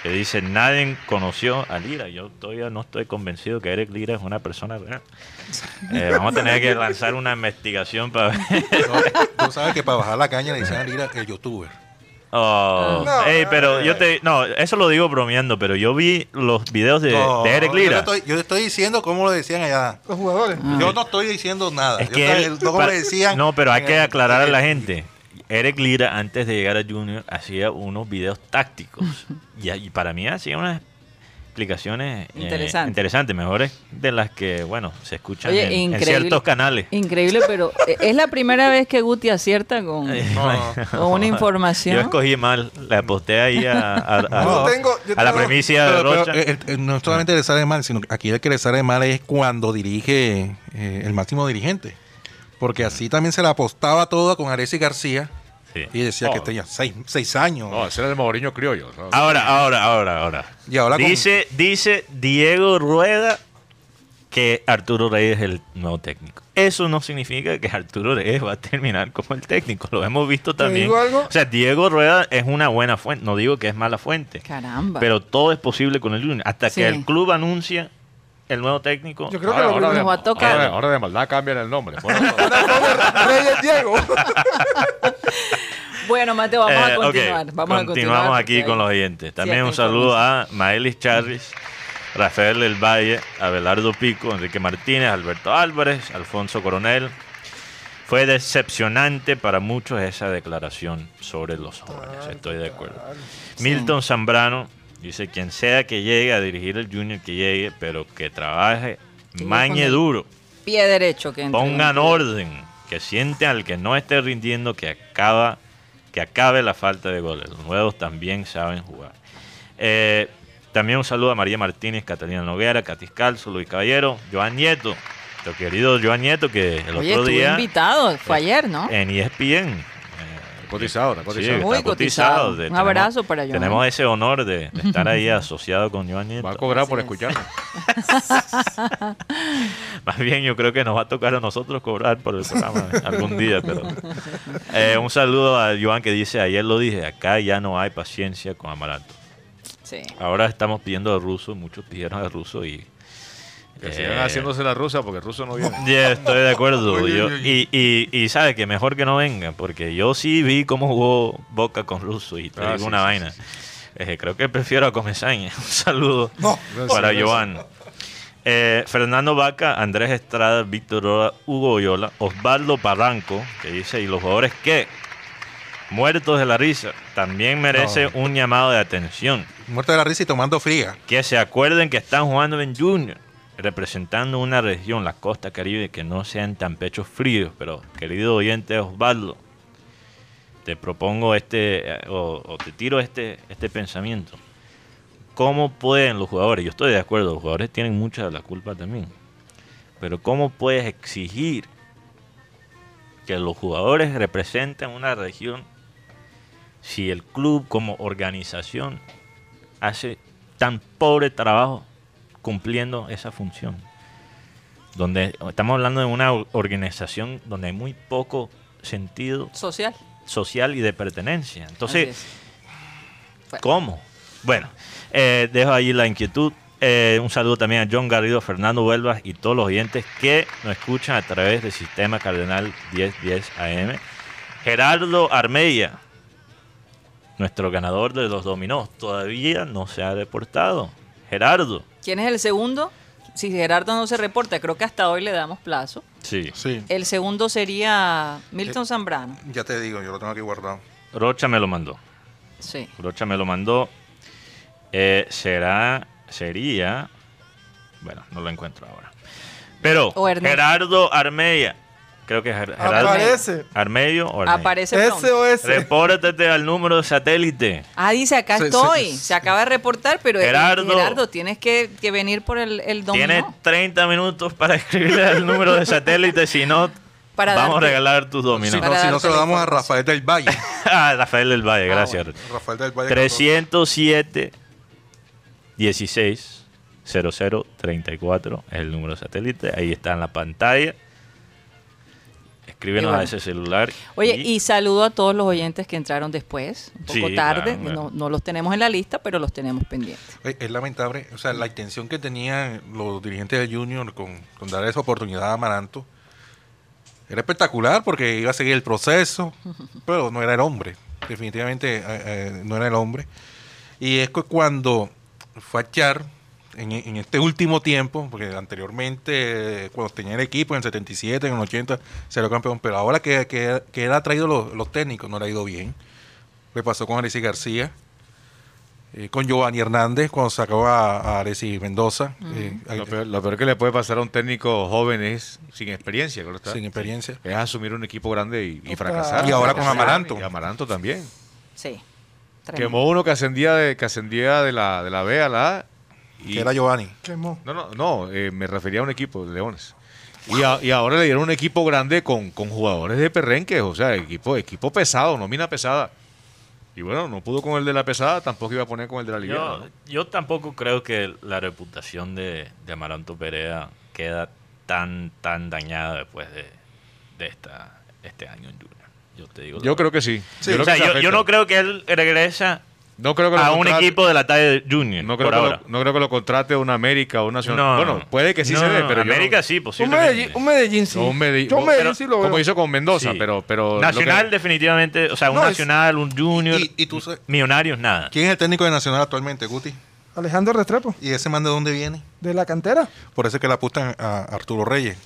Speaker 4: que dice, nadie conoció a Lira. Yo todavía no estoy convencido que Eric Lira es una persona real. Eh, vamos a tener que lanzar una investigación para ver.
Speaker 5: No, tú sabes que para bajar la caña le dicen a Lira "Eh, el youtuber.
Speaker 4: Oh,
Speaker 1: No.
Speaker 4: ey, pero
Speaker 5: eh.
Speaker 4: yo te... No, eso lo digo bromeando, pero yo vi los videos de,
Speaker 5: No,
Speaker 4: de Eric
Speaker 5: Yo le
Speaker 4: Lira.
Speaker 5: estoy, yo le estoy diciendo cómo lo decían allá.
Speaker 1: Los jugadores.
Speaker 4: Mm.
Speaker 5: Yo no estoy diciendo nada.
Speaker 4: Es
Speaker 5: Yo
Speaker 4: que
Speaker 5: estoy-
Speaker 4: él-
Speaker 5: no, como
Speaker 4: pa-
Speaker 5: le decían.
Speaker 4: no, pero hay
Speaker 5: en
Speaker 4: que
Speaker 5: el-
Speaker 4: aclarar a la
Speaker 5: en el-
Speaker 4: gente. Eric Lira, antes de llegar a Junior, hacía unos videos tácticos. y, ahí- para mí hacía unas explicaciones eh,
Speaker 3: Interesante.
Speaker 4: interesantes, mejores de las que, bueno, se escuchan
Speaker 3: Oye,
Speaker 4: en- en,
Speaker 3: increíble.
Speaker 4: ciertos canales.
Speaker 3: Increíble, pero eh, es la primera vez que Guti acierta con, con una información.
Speaker 4: Yo escogí mal, la aposté ahí a, a- a-
Speaker 1: No, tengo- yo
Speaker 4: a la
Speaker 1: tengo-
Speaker 4: premisa de
Speaker 5: Pero- pero,
Speaker 4: Rocha.
Speaker 5: eh, eh, no solamente le sale mal, sino que aquí el que le sale mal es cuando dirige eh, el máximo dirigente. Porque así también se la apostaba toda con Aresi García
Speaker 4: Sí.
Speaker 5: y decía que
Speaker 6: Oh.
Speaker 5: tenía seis, seis años.
Speaker 6: No, ese era el Mauriño criollo. ¿no?
Speaker 4: Ahora, ahora, ahora, ahora.
Speaker 5: Y ahora con-
Speaker 4: dice, dice Diego Rueda que Arturo Reyes es el nuevo técnico. Eso no significa que Arturo Reyes va a terminar como el técnico. Lo hemos visto también.
Speaker 1: digo algo?
Speaker 4: O sea, Diego Rueda es una buena fuente. No digo que es mala fuente.
Speaker 3: Caramba.
Speaker 4: Pero todo es posible con el Junior. Hasta
Speaker 3: Sí.
Speaker 4: que el club anuncia el nuevo técnico.
Speaker 1: Yo creo que
Speaker 6: Ahora-
Speaker 1: lo
Speaker 6: ahora
Speaker 1: primero.
Speaker 6: de-
Speaker 3: Nos va a tocar.
Speaker 6: Ahora, ahora de maldad cambian el nombre. Bueno,
Speaker 1: Reyes Diego.
Speaker 3: bueno, Mateo, vamos
Speaker 4: Eh,
Speaker 3: a
Speaker 4: ok,
Speaker 3: continuar. Vamos a continuar
Speaker 4: Continuamos
Speaker 3: porque
Speaker 4: aquí con
Speaker 3: hay-
Speaker 4: los oyentes. También
Speaker 3: hay
Speaker 4: un saludo a Maelis Charris, Rafael del Valle, Abelardo Pico, Enrique Martínez, Alberto Álvarez, Alfonso Coronel. Fue decepcionante para muchos esa declaración sobre los jóvenes, estoy de acuerdo. Milton Zambrano dice, quien sea que llegue a dirigir el junior que llegue, pero que trabaje,
Speaker 3: Que
Speaker 4: mañe
Speaker 3: ponga-
Speaker 4: duro.
Speaker 3: Pie derecho que entre.
Speaker 4: Pongan orden, que sienten al que no esté rindiendo que acaba, que acabe la falta de goles. Los nuevos también saben jugar. Eh, también un saludo a María Martínez, Catalina Noguera, Catis Calzo, Luis Caballero, Joan Nieto, nuestro querido Joan Nieto, que el
Speaker 3: Oye,
Speaker 4: otro
Speaker 3: estuvo
Speaker 4: día Eh,
Speaker 3: invitado. Fue ayer, ¿no?
Speaker 4: en E ESPN.
Speaker 6: cotizado, está
Speaker 4: Eh, Sí,
Speaker 6: cotizado.
Speaker 4: está
Speaker 3: Muy cotizado.
Speaker 4: de-
Speaker 3: Un
Speaker 4: tenemos-
Speaker 3: abrazo para Joan.
Speaker 4: Tenemos ese honor de, de estar ahí asociado con Joan Nieto.
Speaker 6: Va a cobrar por
Speaker 3: Así es.
Speaker 6: escuchar.
Speaker 4: Más bien yo creo que nos va a tocar a nosotros cobrar por el programa algún día, pero... Eh, un saludo a Joan que dice, ayer lo dije, acá ya no hay paciencia con Amaranto.
Speaker 3: Sí.
Speaker 4: Ahora estamos pidiendo de ruso, muchos pidieron de ruso y...
Speaker 6: Que
Speaker 4: eh,
Speaker 6: sigan haciéndose la rusa porque el ruso no viene.
Speaker 4: ya estoy de acuerdo. yo- y, y, y sabe que mejor que no vengan, porque yo sí vi cómo jugó Boca con Russo y te
Speaker 6: Ah,
Speaker 4: digo
Speaker 6: sí,
Speaker 4: una
Speaker 6: sí,
Speaker 4: vaina. Eh, creo que prefiero a Comesaña. Un saludo para
Speaker 6: Gracias.
Speaker 4: Joan. Eh, Fernando Vaca, Andrés Estrada, Víctor Roa, Hugo Oyola, Osvaldo Barranco, que dice, y los jugadores que, muertos de la risa, también merece un llamado de atención.
Speaker 5: Muerto de la risa y tomando fría.
Speaker 4: Que se acuerden que están jugando en Junior, representando una región, la costa caribe, que no sean tan pechos fríos. Pero, querido oyente Osvaldo, te propongo este, eh, o, o te tiro este, este pensamiento. ¿Cómo pueden los jugadores, yo estoy de acuerdo, los jugadores tienen mucha de la culpa también, pero cómo puedes exigir que los jugadores representen una región si el club como organización hace tan pobre trabajo cumpliendo esa función. Donde estamos hablando de una or- organización donde hay muy poco sentido
Speaker 3: Social.
Speaker 4: social y de pertenencia.
Speaker 3: Así
Speaker 4: Entonces,
Speaker 3: es.
Speaker 4: ¿cómo? Bueno, eh, dejo ahí la inquietud. Eh, un saludo también a John Garrido, Fernando Huelvas y todos los oyentes que nos escuchan a través del Sistema Cardenal 1010 AM. Gerardo Armella, nuestro ganador de los dominós, todavía no se ha reportado. Gerardo.
Speaker 3: ¿Quién es el segundo? Si Gerardo no se reporta, creo que hasta hoy le damos plazo.
Speaker 4: Sí. Eh.
Speaker 5: Sí.
Speaker 3: El segundo sería Milton Zambrano.
Speaker 5: Ya te digo, yo lo tengo aquí guardado.
Speaker 4: Rocha me lo mandó.
Speaker 3: Sí.
Speaker 4: Rocha me lo mandó. Eh, será, sería, bueno, no lo encuentro ahora. Pero
Speaker 3: O Ernesto.
Speaker 4: Gerardo Armella, creo que es Ger- Gerardo
Speaker 1: Aparece.
Speaker 4: Armello o Armella.
Speaker 3: Aparece pronto.
Speaker 1: SOS.
Speaker 4: Repórtate al número de satélite.
Speaker 3: Ah, dice, acá
Speaker 5: Se-
Speaker 3: estoy.
Speaker 5: se-
Speaker 3: Se, acaba de reportar, pero eh,
Speaker 4: Gerardo.
Speaker 3: Gerardo tienes que, que venir por el, el dominó.
Speaker 4: Tienes 30 minutos para escribirle al número de satélite, si no
Speaker 7: Para
Speaker 4: Vamos
Speaker 7: darte-
Speaker 4: a regalar tus dominos.
Speaker 5: Si
Speaker 7: Para
Speaker 5: no, si no
Speaker 7: darte
Speaker 5: se lo
Speaker 7: la
Speaker 5: damos a
Speaker 7: información.
Speaker 5: Rafael del Valle.
Speaker 4: Ah, Rafael del Valle, gracias.
Speaker 5: Ah, bueno, Rafael del Valle.
Speaker 4: 307 16 00 34 es el número de satélite. Ahí está en la pantalla. Escríbenos
Speaker 3: Y bueno.
Speaker 4: a ese celular.
Speaker 3: Oye, y saludo a todos los oyentes que entraron después, un poco
Speaker 4: Sí,
Speaker 3: tarde.
Speaker 4: claro, claro.
Speaker 3: No, no los tenemos en la lista, pero los tenemos pendientes.
Speaker 5: Eh, Es lamentable, o sea, la intención que tenían los dirigentes de Junior con, con dar esa oportunidad a Amaranto era espectacular porque iba a seguir el proceso, pero no era el hombre, definitivamente eh, eh, no era el hombre. Y es que cuando fue a echar en, en este último tiempo, porque anteriormente eh, cuando tenía el equipo en el 77, en el 80, se lo campeón, pero ahora que, que, que él ha traído los, los técnicos, no le ha ido bien. Le pasó con Alexis García, eh, con Giovanni Hernández cuando sacó a, a Alexis Mendoza, eh,
Speaker 6: Lo
Speaker 5: eh,
Speaker 6: peor, lo peor que le puede pasar a un técnico joven es sin experiencia, claro está.
Speaker 5: sin experiencia.
Speaker 6: Es asumir un equipo grande y, y
Speaker 1: Opa.
Speaker 6: fracasar.
Speaker 5: Y ahora con
Speaker 6: Fracasar,
Speaker 5: Amaranto.
Speaker 6: Y Amaranto también.
Speaker 3: Sí. tremendo.
Speaker 6: Quemó uno que ascendía de, que ascendía de la, de la B a la A. Y,
Speaker 5: Que era Giovanni.
Speaker 1: Quemó.
Speaker 6: No, no, no, eh, me refería a un equipo de Leones. Y, a- y ahora le dieron un equipo grande con, con jugadores de perrenques, o sea, equipo, equipo pesado, nómina pesada. Y bueno, no pudo con el de la pesada, tampoco iba a poner con el de la liviana.
Speaker 4: Yo,
Speaker 6: ¿no?
Speaker 4: yo tampoco creo que la reputación de, de Amaranto Perea queda tan tan dañada después de, de esta, este año en Junior. Yo te digo.
Speaker 6: Yo,
Speaker 4: la verdad.
Speaker 6: creo que sí.
Speaker 5: Sí,
Speaker 6: creo
Speaker 4: O sea,
Speaker 6: que se
Speaker 4: yo, yo
Speaker 6: afecta.
Speaker 4: no creo que él regresa
Speaker 6: No creo que lo
Speaker 4: a un
Speaker 6: contrate-
Speaker 4: equipo de la talla de Junior
Speaker 6: No creo,
Speaker 4: por
Speaker 6: que
Speaker 4: ahora.
Speaker 6: Lo, no creo que lo contrate una América o un Nacional. bueno, puede que sí
Speaker 4: No,
Speaker 6: se dé,
Speaker 4: no,
Speaker 6: pero yo
Speaker 4: América
Speaker 6: no-
Speaker 4: sí,
Speaker 1: Un
Speaker 4: posiblemente.
Speaker 1: Medellín, un Medellín sí.
Speaker 6: no, un Medellín-
Speaker 1: Yo un
Speaker 6: pero-
Speaker 1: Medellín sí lo veo.
Speaker 6: Como hizo con Mendoza,
Speaker 4: Sí.
Speaker 6: pero, pero. lo que-
Speaker 4: Nacional definitivamente, o sea, un
Speaker 1: No, es-
Speaker 4: Nacional, un Junior,
Speaker 5: Y- y tú sabes-
Speaker 4: Millonarios nada.
Speaker 5: ¿Quién es el técnico de Nacional actualmente, Guti?
Speaker 1: Alejandro Restrepo,
Speaker 5: ¿Y ese man de dónde viene?
Speaker 1: de la cantera.
Speaker 5: Por eso es que la apuestan a Arturo Reyes.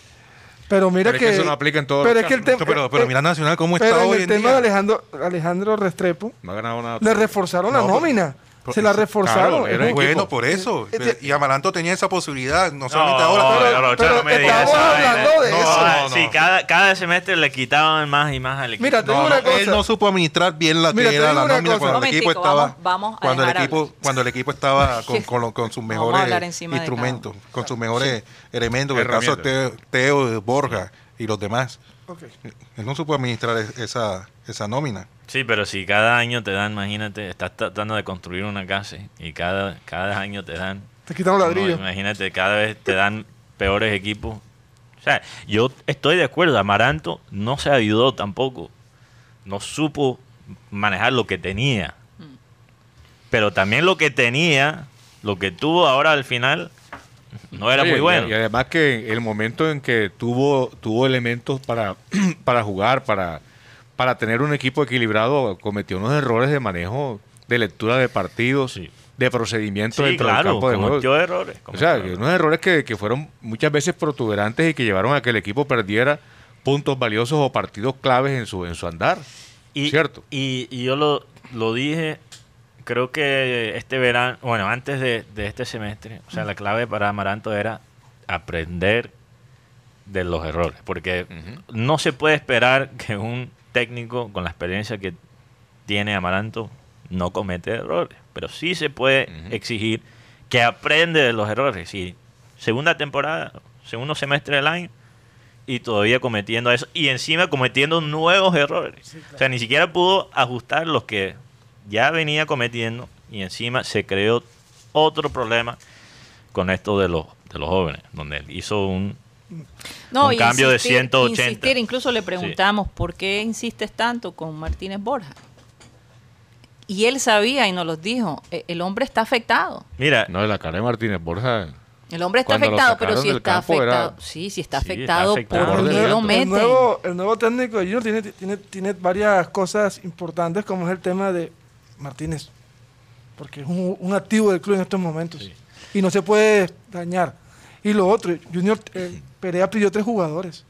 Speaker 1: Pero mira
Speaker 6: Pero es
Speaker 1: que.
Speaker 6: que eso no aplica en todos
Speaker 1: Pero
Speaker 6: los
Speaker 1: es que el
Speaker 6: casos,
Speaker 1: tema. eh,
Speaker 5: Pero, pero, mira Nacional cómo
Speaker 1: pero
Speaker 5: está
Speaker 1: en
Speaker 5: hoy
Speaker 1: el
Speaker 5: en
Speaker 1: tema
Speaker 5: día.
Speaker 1: de Alejandro, Alejandro Restrepo,
Speaker 6: No ha ganado nada.
Speaker 1: le reforzaron la
Speaker 5: No, pero-
Speaker 1: nómina.
Speaker 5: pero
Speaker 1: se la
Speaker 5: eso-
Speaker 1: reforzaron.
Speaker 6: claro,
Speaker 1: Es
Speaker 6: era
Speaker 1: un-
Speaker 6: equipo.
Speaker 5: Bueno, por eso.
Speaker 1: Este-
Speaker 5: Pero- y Amaranto tenía esa posibilidad, no
Speaker 4: No,
Speaker 5: solamente ahora.
Speaker 1: pero-
Speaker 4: no, no,
Speaker 1: pero
Speaker 4: no me digas
Speaker 1: estamos
Speaker 4: esa vaina.
Speaker 1: hablando de
Speaker 4: No,
Speaker 1: eso.
Speaker 4: ah,
Speaker 5: No,
Speaker 4: Sí,
Speaker 5: no.
Speaker 4: cada, cada semestre le quitaban más y más al equipo.
Speaker 1: Mira, te digo
Speaker 5: No,
Speaker 1: una
Speaker 5: no,
Speaker 1: cosa.
Speaker 5: él no supo administrar bien la
Speaker 1: Mira,
Speaker 5: que
Speaker 1: te
Speaker 5: era
Speaker 1: digo
Speaker 5: la
Speaker 1: una
Speaker 5: nómina
Speaker 1: cosa.
Speaker 5: cuando el equipo
Speaker 7: Momentico,
Speaker 5: estaba
Speaker 7: vamos- vamos a
Speaker 5: cuando el
Speaker 7: dejar
Speaker 5: equipo
Speaker 7: algo.
Speaker 5: cuando el equipo estaba con, con lo- con sus
Speaker 7: Vamos a hablar
Speaker 5: mejores
Speaker 7: encima de cada
Speaker 5: instrumentos,
Speaker 7: uno.
Speaker 5: con sus mejores elementos, en el caso este, de
Speaker 6: Herramientas.
Speaker 5: Teo, Teo, eh, Borja y los demás. eh,
Speaker 1: Ok.
Speaker 5: Él no supo administrar es- esa esa nómina.
Speaker 4: Sí, pero si cada año te dan, imagínate, estás tratando de construir una casa y cada, cada año te dan.
Speaker 1: Te quitaron
Speaker 4: no,
Speaker 1: ladrillo.
Speaker 4: imagínate, cada vez te dan peores equipos. O sea, yo estoy de acuerdo, Amaranto no se ayudó tampoco. No supo manejar lo que tenía. Pero también lo que tenía, lo que tuvo ahora al final, no era
Speaker 6: Oye,
Speaker 4: muy
Speaker 6: y-
Speaker 4: bueno.
Speaker 6: Y, además que el momento en que tuvo, tuvo elementos para, para jugar, para, para tener un equipo equilibrado, cometió unos errores de manejo, de lectura de partidos,
Speaker 4: Sí.
Speaker 6: de procedimiento
Speaker 4: Sí,
Speaker 6: dentro del
Speaker 4: claro,
Speaker 6: campo de
Speaker 4: cometió
Speaker 6: juego.
Speaker 4: errores.
Speaker 6: O
Speaker 4: cometió
Speaker 6: sea, que
Speaker 4: errores.
Speaker 6: unos errores que, que fueron muchas veces protuberantes y que llevaron a que el equipo perdiera puntos valiosos o partidos claves en su, en su andar.
Speaker 4: Y,
Speaker 6: ¿Cierto?
Speaker 4: Y, y yo lo, lo dije, creo que este verano, bueno, antes de, de este semestre, o sea, la clave para Amaranto era aprender de los errores, porque no se puede esperar que un técnico con la experiencia que tiene Amaranto no comete errores, pero sí se puede exigir que aprende de los errores. Y segunda temporada, segundo semestre del año, y todavía cometiendo eso y encima cometiendo nuevos errores. O sea, ni siquiera pudo ajustar los que ya venía cometiendo y encima se creó otro problema con esto de los de los jóvenes, donde él hizo un
Speaker 3: No,
Speaker 4: Un
Speaker 3: y
Speaker 4: cambio de 180.
Speaker 3: insistir, incluso le preguntamos por qué insistes tanto con Martínez Borja. Y él sabía y nos los dijo, "E- el hombre está afectado.
Speaker 4: Mira,
Speaker 6: No, de la cara de Martínez Borja.
Speaker 3: El hombre está
Speaker 6: Cuando lo
Speaker 3: afectado, pero
Speaker 6: sacaron
Speaker 3: si
Speaker 6: del
Speaker 3: está
Speaker 6: campo era-
Speaker 3: afectado, sí, si está
Speaker 4: Sí, está
Speaker 3: afectado
Speaker 4: afectado.
Speaker 3: por
Speaker 6: Por
Speaker 1: el,
Speaker 3: qué
Speaker 6: dentro.
Speaker 3: lo
Speaker 1: nuevo, el
Speaker 3: meten.
Speaker 1: nuevo- el nuevo técnico de Junior tiene, tiene, tiene varias cosas importantes, como es el tema de Martínez, porque es un, un activo del club en estos momentos y no se puede dañar. Y lo otro, Junior eh, Perea pidió tres jugadores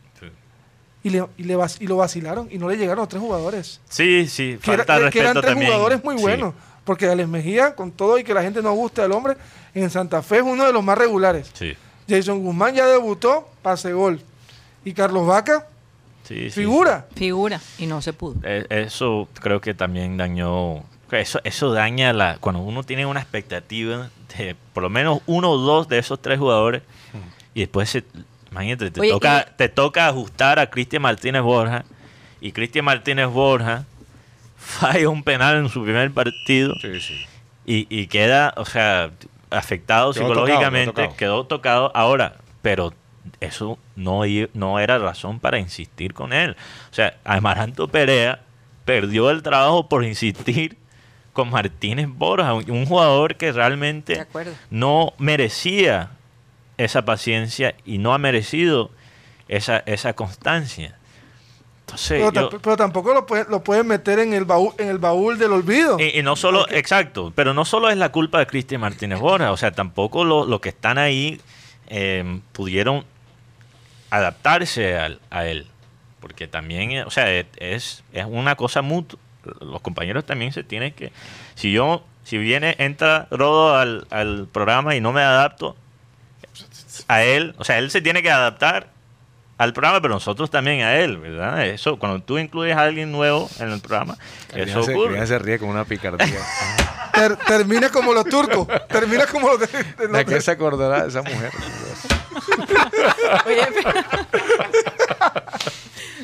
Speaker 1: y, le, y, le vac- y lo vacilaron y no le llegaron los tres jugadores.
Speaker 4: sí, sí,
Speaker 1: Que, era-
Speaker 4: falta de
Speaker 1: que eran
Speaker 4: respeto
Speaker 1: tres
Speaker 4: también.
Speaker 1: jugadores muy
Speaker 4: Sí.
Speaker 1: buenos, porque Alex Mejía, con todo y que la gente no gusta del hombre, en Santa Fe es uno de los más regulares.
Speaker 4: Sí.
Speaker 1: Jason Guzmán ya debutó, pase gol. Y Carlos Vaca,
Speaker 4: Sí, sí,
Speaker 1: figura.
Speaker 3: Figura, y no se pudo.
Speaker 4: Eh, Eso creo que también dañó. Eso, eso daña la. Cuando uno tiene una expectativa de por lo menos uno o dos de esos tres jugadores y después se, Imagínate, te,
Speaker 7: Oye,
Speaker 4: toca, te toca ajustar a Cristian Martínez Borja y Cristian Martínez Borja falla un penal en su primer partido
Speaker 6: Sí, sí.
Speaker 4: y, y queda, o sea, afectado
Speaker 6: Quedó
Speaker 4: psicológicamente,
Speaker 6: tocado, quedó
Speaker 4: quedó tocado ahora, pero eso no, i- no era razón para insistir con él. O sea, Amaranto Perea perdió el trabajo por insistir con Martínez Borja, un un jugador que
Speaker 7: De
Speaker 4: realmente
Speaker 7: acuerdo.
Speaker 4: no merecía esa paciencia y no ha merecido esa, esa constancia. Entonces,
Speaker 1: pero,
Speaker 4: yo-
Speaker 1: tamp- pero tampoco lo pueden lo pueden meter en el baúl en el baúl del olvido.
Speaker 4: y, y Eh, no solo, exacto, pero no solo es la culpa de Cristian Martínez Borja, o sea, tampoco lo- los que están ahí eh, pudieron adaptarse al- a, él, porque también, eh, o sea, e- es, es una cosa mutua. Los compañeros también se tienen que, si yo, si viene, entra Rodo al, al programa y no me adapto a él, o sea, él se tiene que adaptar al programa, pero nosotros también a él, ¿verdad? Eso, cuando tú incluyes a alguien nuevo en el programa, eso
Speaker 6: Adrián se-
Speaker 4: ocurre.
Speaker 6: Adrián se ríe con una picardía.
Speaker 1: Ter- termina como los turcos. termina como los de- de
Speaker 6: ¿De
Speaker 1: los
Speaker 6: qué
Speaker 1: de-
Speaker 6: se acordará esa mujer?
Speaker 7: Oye, pero-